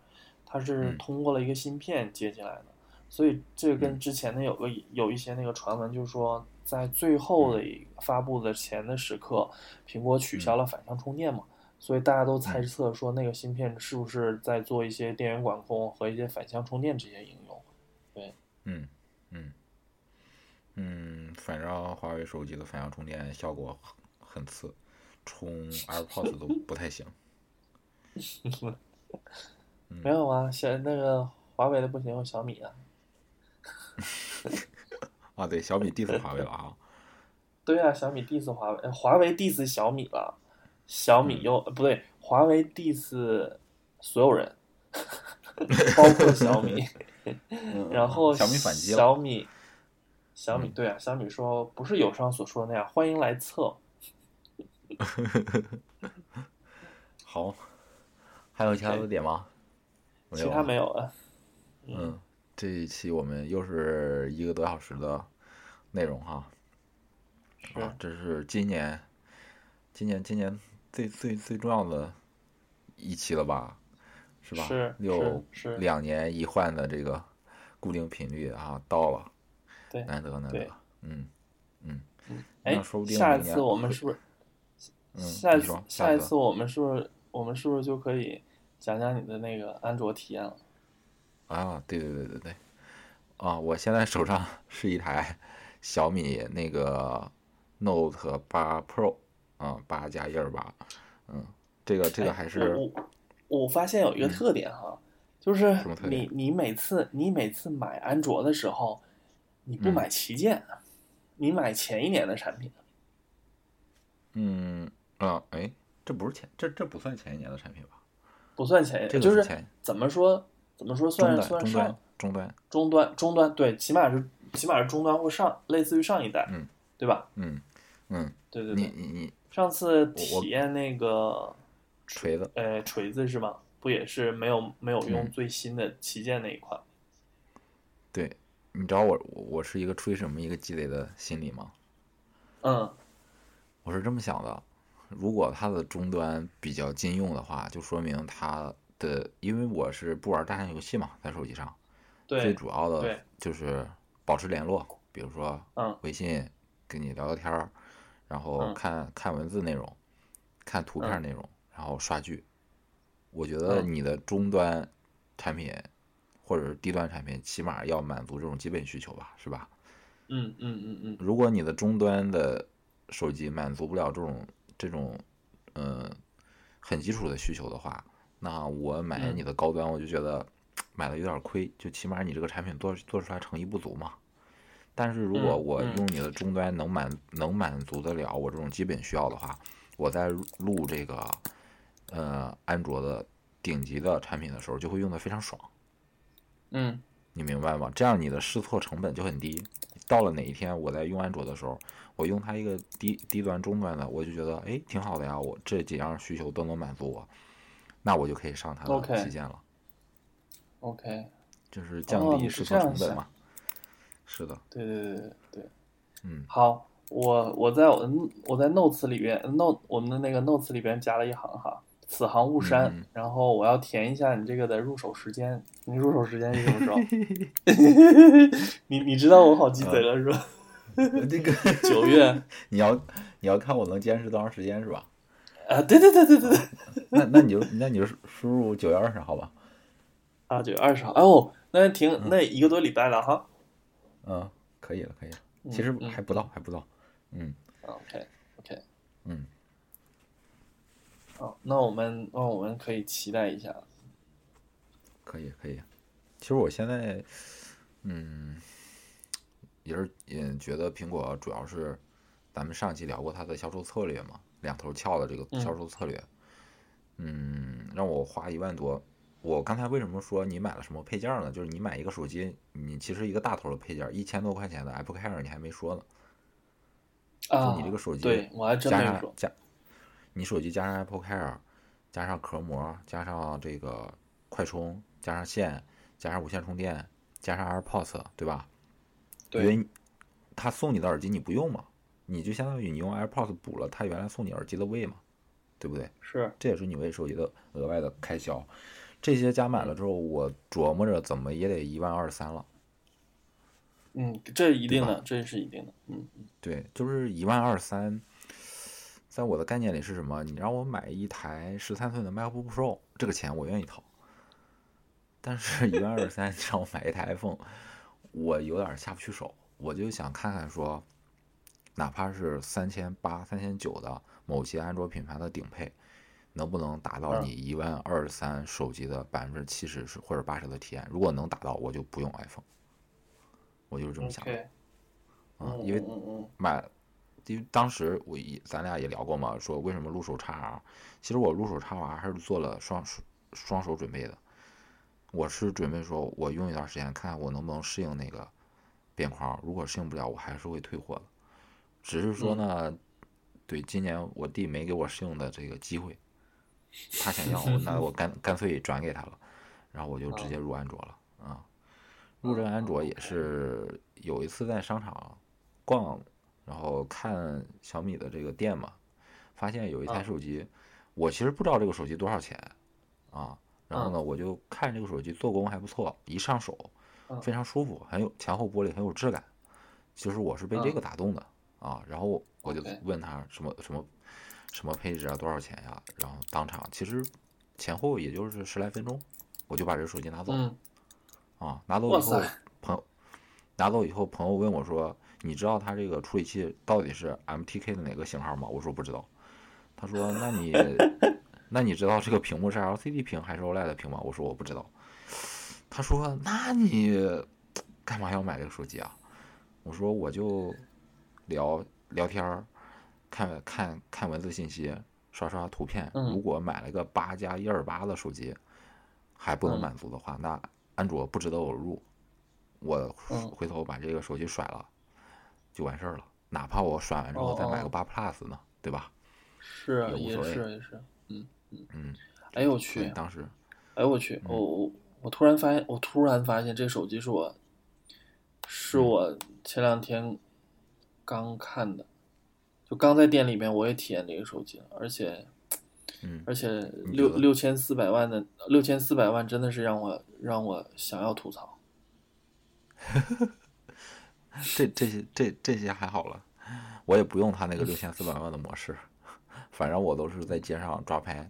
B: 它是
A: 嗯
B: 通过了一个芯片接进来的，所以这个跟
A: 嗯
B: 之前的有个有一些那个传闻，就是说在最后
A: 嗯
B: 的一发布的前的时刻，苹果取消了反向充电嘛，所以大家都
A: 嗯
B: 猜测说那个芯片是不是在做一些电源管控和一些反向充电这些应用。
A: 嗯嗯嗯，反正华为手机的反向充电效果很次，充 AirPods 都不太行。嗯
B: 没有啊，小那个华为的不行，有小米啊。
A: 啊，对，小米 diss 华为了啊。
B: 对啊，小米 diss 华为，呃华为 diss 小米了，小
A: 嗯
B: 米又、呃不对，华为 diss 所有人，包括 小米。
C: 嗯
B: 然后
A: 小米反击了
B: 小米，小米
A: 嗯
B: 对啊，小米说不是友商所说的那样，欢迎来测。
A: 好，还有其他的点吗？没
B: 其
A: 有
B: 他
A: 了
B: 没有啊了。
A: 嗯，这一期我们又是一个多小时的内容哈。
B: 是
A: 啊，这是今年，今年今年最最最重要的一期了吧？是吧？
B: 是
A: 又
B: 是是
A: 两年一换的这个固定频率啊，到了，
B: 对
A: 难得难得
B: 对，
A: 嗯嗯，
B: 哎
A: 那说不，定
B: 下
A: 明
B: 次
A: 年
B: 我们
A: 会
B: 是不是？
A: 嗯
B: 下
A: 你
B: 次
A: 说
B: 下
A: 下
B: 一
A: 次
B: 次我们是不是我们是不是就可以讲讲你的那个安卓体验了？
A: 啊，对对对对对，啊，我现在手上 是一台小米那个 Note 八 Pro，啊，八加一二八，嗯，这个这个
B: 哎
A: 还是嗯
B: 我我我发现有一个特点哈，就是
A: 什么特
B: 你
A: 点
B: 你每次你每次买安卓的时候，你不
A: 嗯
B: 买旗舰，啊你买前一年的产品。
A: 嗯啊，哎，这不是前这这不算前一年的产品吧？
B: 不算前，
A: 这个
B: 就是
A: 是前
B: 怎么说怎么说算
A: 中
B: 是
A: 端中
B: 算上
A: 端中端，
B: 中端中端对，起码是起码是中端或上，类似于上一代，
A: 嗯
B: 对吧？
A: 嗯嗯，
B: 对对
A: 你
B: 对，
A: 你你
B: 上次
A: 我
B: 体验那个
A: 锤子
B: 呃锤子是吗？不也是没有没有用
A: 嗯
B: 最新的旗舰那一款？
A: 对，你知道我我我是一个出于什么一个积累的心理吗？
B: 嗯，
A: 我是这么想的，如果它的终端比较禁用的话，就说明它的，因为我是不玩大战游戏嘛，在手机上，最
B: 对，
A: 主要
B: 对
A: 的就是保持联络，比如说
B: 嗯
A: 微信跟你聊聊天儿，然后
B: 嗯
A: 看、看文字内容，看图片
B: 嗯
A: 内容，然后刷剧。我觉得
B: 嗯
A: 你的终端产品或者是低端产品，起码要满足这种基本需求吧，是吧？
B: 嗯嗯嗯嗯，
A: 如果你的终端的手机满足不了这种这种嗯、呃很基础的需求的话，那我买
B: 嗯
A: 你的高端，我就觉得买的有点亏，就起码你这个产品做做出来诚意不足嘛。但是如果
B: 嗯
A: 我
B: 嗯
A: 用你的终端能满能满足得了我这种基本需要的话，我在录这个呃安卓的顶级的产品的时候，就会用得非常爽。
B: 嗯。
A: 你明白吗？这样你的试错成本就很低。到了哪一天我在用安卓的时候，我用它一个低低端、中端的，我就觉得哎挺好的呀，我这几样需求都能满足我，那我就可以上它的
B: OK
A: 旗舰了
B: OK，
A: 就是
B: 哦
A: 降低
B: 你
A: 试
B: 是
A: 错
B: 这样
A: 成本
B: 想
A: 嘛。是的，
B: 对对对对对，
A: 嗯
B: 好，我我在我的我在 notes 里边 note 我们的那个 notes 里边加了一行哈，此行勿删，
A: 嗯嗯
B: 然后我要填一下你这个的入手时间，你入手时间是什么 时候？你你知道我好鸡贼
A: 啊
B: 了是吧？
A: 那个
B: 九月，
A: 你要你要看我能坚持多长时间是吧？
B: 啊，对对对对对对，
A: 那那你就那你就输入九月二十号吧。
B: 啊，九月二十号，哦，那挺那一个多礼拜了哈。
A: 嗯，可以了，可以了。其实
B: 嗯
A: 还不到，还不到。嗯
B: OK OK，
A: 嗯，
B: 好，那我们那我们可以期待一下。
A: 可以可以。其实我现在，嗯，也是也觉得苹果主要是咱们上期聊过它的销售策略嘛，两头翘的这个销售策略。嗯，让我花一万多。我刚才为什么说你买了什么配件儿呢？就是你买一个手机，你其实一个大头的配件儿，一千多块钱的 Apple Care 你还没说呢。
B: 啊，
A: 就你这个手机
B: 对我还真
A: 加
B: 没
A: 上
B: 说。
A: 加，你手机加上 Apple Care，加上壳膜，加上这个快充，加上线，加上无线充电，加上 AirPods，对吧？因
B: 对
A: 为他送你的耳机你不用嘛，你就相当于你用 AirPods 补了他原来送你耳机的位嘛，对不对？
B: 是，
A: 这也是你为手机的额外的开销。这些加满了之后，我琢磨着怎么也得一万二三了。
B: 嗯，这是一定
A: 对
B: 的，这是一定的。嗯，
A: 对，就是一万二三，在我的概念里是什么？你让我买一台十三寸的 MacBook Pro，这个钱我愿意掏。但是，一万二三，你让我买一台 iPhone，我有点下不去手。我就想看看说，哪怕是三千八、三千九的某些安卓品牌的顶配，能不能达到
B: 嗯
A: 你一万二三手机的百分之七十是或者八十的体验？如果能达到，我就不用 iPhone。我就是这么想的
B: OK，
A: 啊、
B: 嗯
A: 因为
B: 嗯嗯
A: 买，因为当时我一咱俩也聊过嘛，说为什么入手 XR，其实我入手 XR 还是做了双手双手准备的，我是准备说我用一段时间看看我能不能适应那个边框，如果适应不了，我还是会退货的，只是说呢，对今年我弟没给我试用的这个机会，他想要我，
B: 嗯
A: 那 我干干脆转给他了，然后我就直接入安卓了啊。入这个安卓也是有一次在商场逛，然后看小米的这个店嘛，发现有一台
B: 啊
A: 手机，我其实不知道这个手机多少钱啊，然后
B: 啊
A: 呢我就看这个手机做工还不错，一上手
B: 啊
A: 非常舒服，很有前后玻璃很有质感，其实我是被这
B: 啊
A: 个打动的啊，然后我就
B: OK
A: 问他什么什么什么配置啊，多少钱呀、然后当场其实前后也就是十来分钟，我就把这手机拿走了
B: 嗯
A: 啊，拿走
B: 哇
A: 以后
B: 塞，
A: 朋友拿走以后，朋友问我说：“你知道它这个处理器到底是 MTK 的哪个型号吗？”我说不知道。他说：“那 你那你知道这个屏幕是 LCD 屏还是 OLED 屏吗？”我说我不知道。他说：“那你干嘛要买这个手机啊？”我说：“我就聊聊天儿，看看看文字信息，刷刷图片。
B: 嗯
A: 如果买了个八加一二八的手机，还不能
B: 嗯
A: 满足的话，那安卓不值得我入。我
B: 嗯
A: 回头把这个手机甩了，就完事儿了。哪怕我甩完之后再
B: 哦
A: 买个八 Plus 呢，对吧？
B: 是
A: 也无
B: 也
A: 所谓
B: 是也是。
A: 嗯，
B: 哎呦我
A: 所以
B: 去，
A: 当时
B: 哎我
A: 嗯
B: 去，我我我突然发现，我突然发现这手机是我，是
A: 嗯
B: 我前两天刚看的，就刚在店里面我也体验这个手机了，而且
A: 嗯
B: 而且
A: 你
B: 六
A: 觉得
B: 六千四百万的六千四百万真的是让我让我想要吐槽。
A: 这这些这这些还好了，我也不用他那个六千四百万的模式，反正我都是在街上抓拍，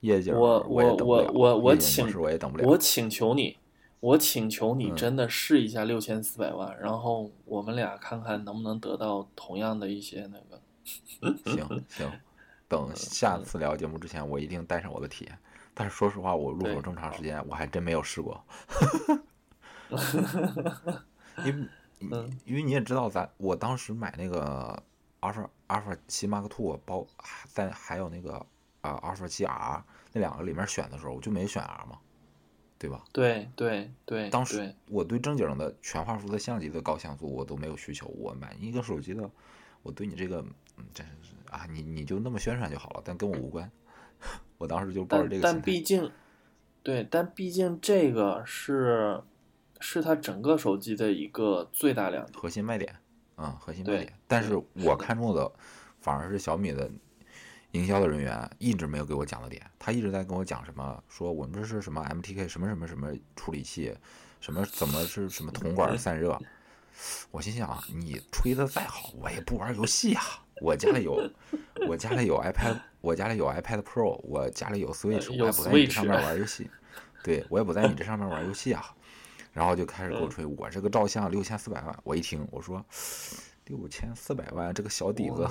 A: 夜景儿
B: 我
A: 也
B: 我
A: 等不
B: 我
A: 了，
B: 我我
A: 夜景模
B: 请
A: 式我也等不
B: 我
A: 了。
B: 请求你，我请求你
A: 嗯
B: 真的试一下六千四百万，然后我们俩看看能不能得到同样的一些那个。
A: 行行，
B: 嗯
A: 等下次聊节目之前，我一定带上我的体验。但是说实话，我入手
B: 对
A: 这么长时间，我还真没有试过。 因为
B: 嗯
A: 因为你也知道咱，我当时买那个阿尔法阿尔法七 Mark Two，包还但还有那个啊阿尔法七 R 那两个里面选的时候，我就没选 R 嘛，对吧？
B: 对对对，
A: 当
B: 对
A: 时我对正经的全画幅的相机的高像素我都没有需求，我买一个手机的，我对你这个，嗯，真是啊，你你就那么宣传就好了，但跟我无关。 我当时就抱着
B: 但
A: 这个
B: 但
A: 心态，
B: 毕竟，对，但毕竟这个是是它整个手机的一个最大亮点。
A: 核心卖点，嗯，核心卖
B: 对
A: 点。但是
B: 是
A: 我看中的反而是小米的营销的人员一直没有给我讲的点，他一直在跟我讲什么，说我们这是什么 MTK 什么什么什么处理器，什么怎么是什么铜管散热。我心想，你吹的再好，我也不玩游戏啊。我家里有，我家里有 iPad 我家里有 iPad Pro，我家里有 Switch，
B: 有
A: 我也不在你
B: Switch
A: 这上面玩游戏，对我也不在你这上面玩游戏啊。然后就开始给我吹，我这个照相六千四百万，我一听我说六千四百万这个小底子，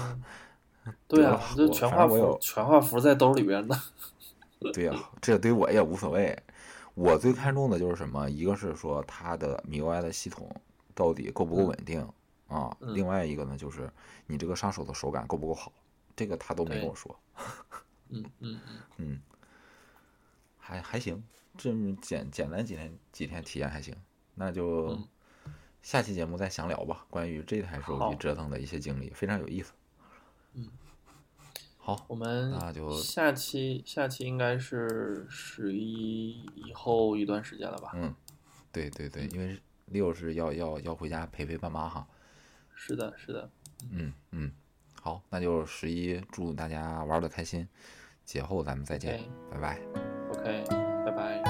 B: 对
A: 得了
B: 啊
A: 吧，
B: 这
A: 我
B: 全
A: 反正我
B: 画幅
A: 有
B: 全画幅在兜里边呢。
A: 对呀、这对我也无所谓。我最看重的就是什么？一个是说它的 MIUI 的系统到底够不够稳定啊，
B: 嗯
A: 另外一个呢就是你这个上手的手感够不够好，这个他都没
B: 对
A: 跟我说。
B: 嗯嗯嗯，
A: 嗯，还还行，这么简简单几天几天体验还行，那就
B: 嗯
A: 下期节目再详聊吧，关于这台手
B: 好
A: 机折腾的一些经历，非常有意思。
B: 嗯，
A: 好，
B: 我们
A: 那就
B: 下期下期应该是十一以后一段时间了吧？
A: 嗯，对对对，因为六是要要要回家陪陪爸妈哈。
B: 是的，是的，
A: 嗯嗯，好，那就十一祝大家玩的开心，节后咱们再见
B: OK
A: 拜拜。
B: OK，拜拜。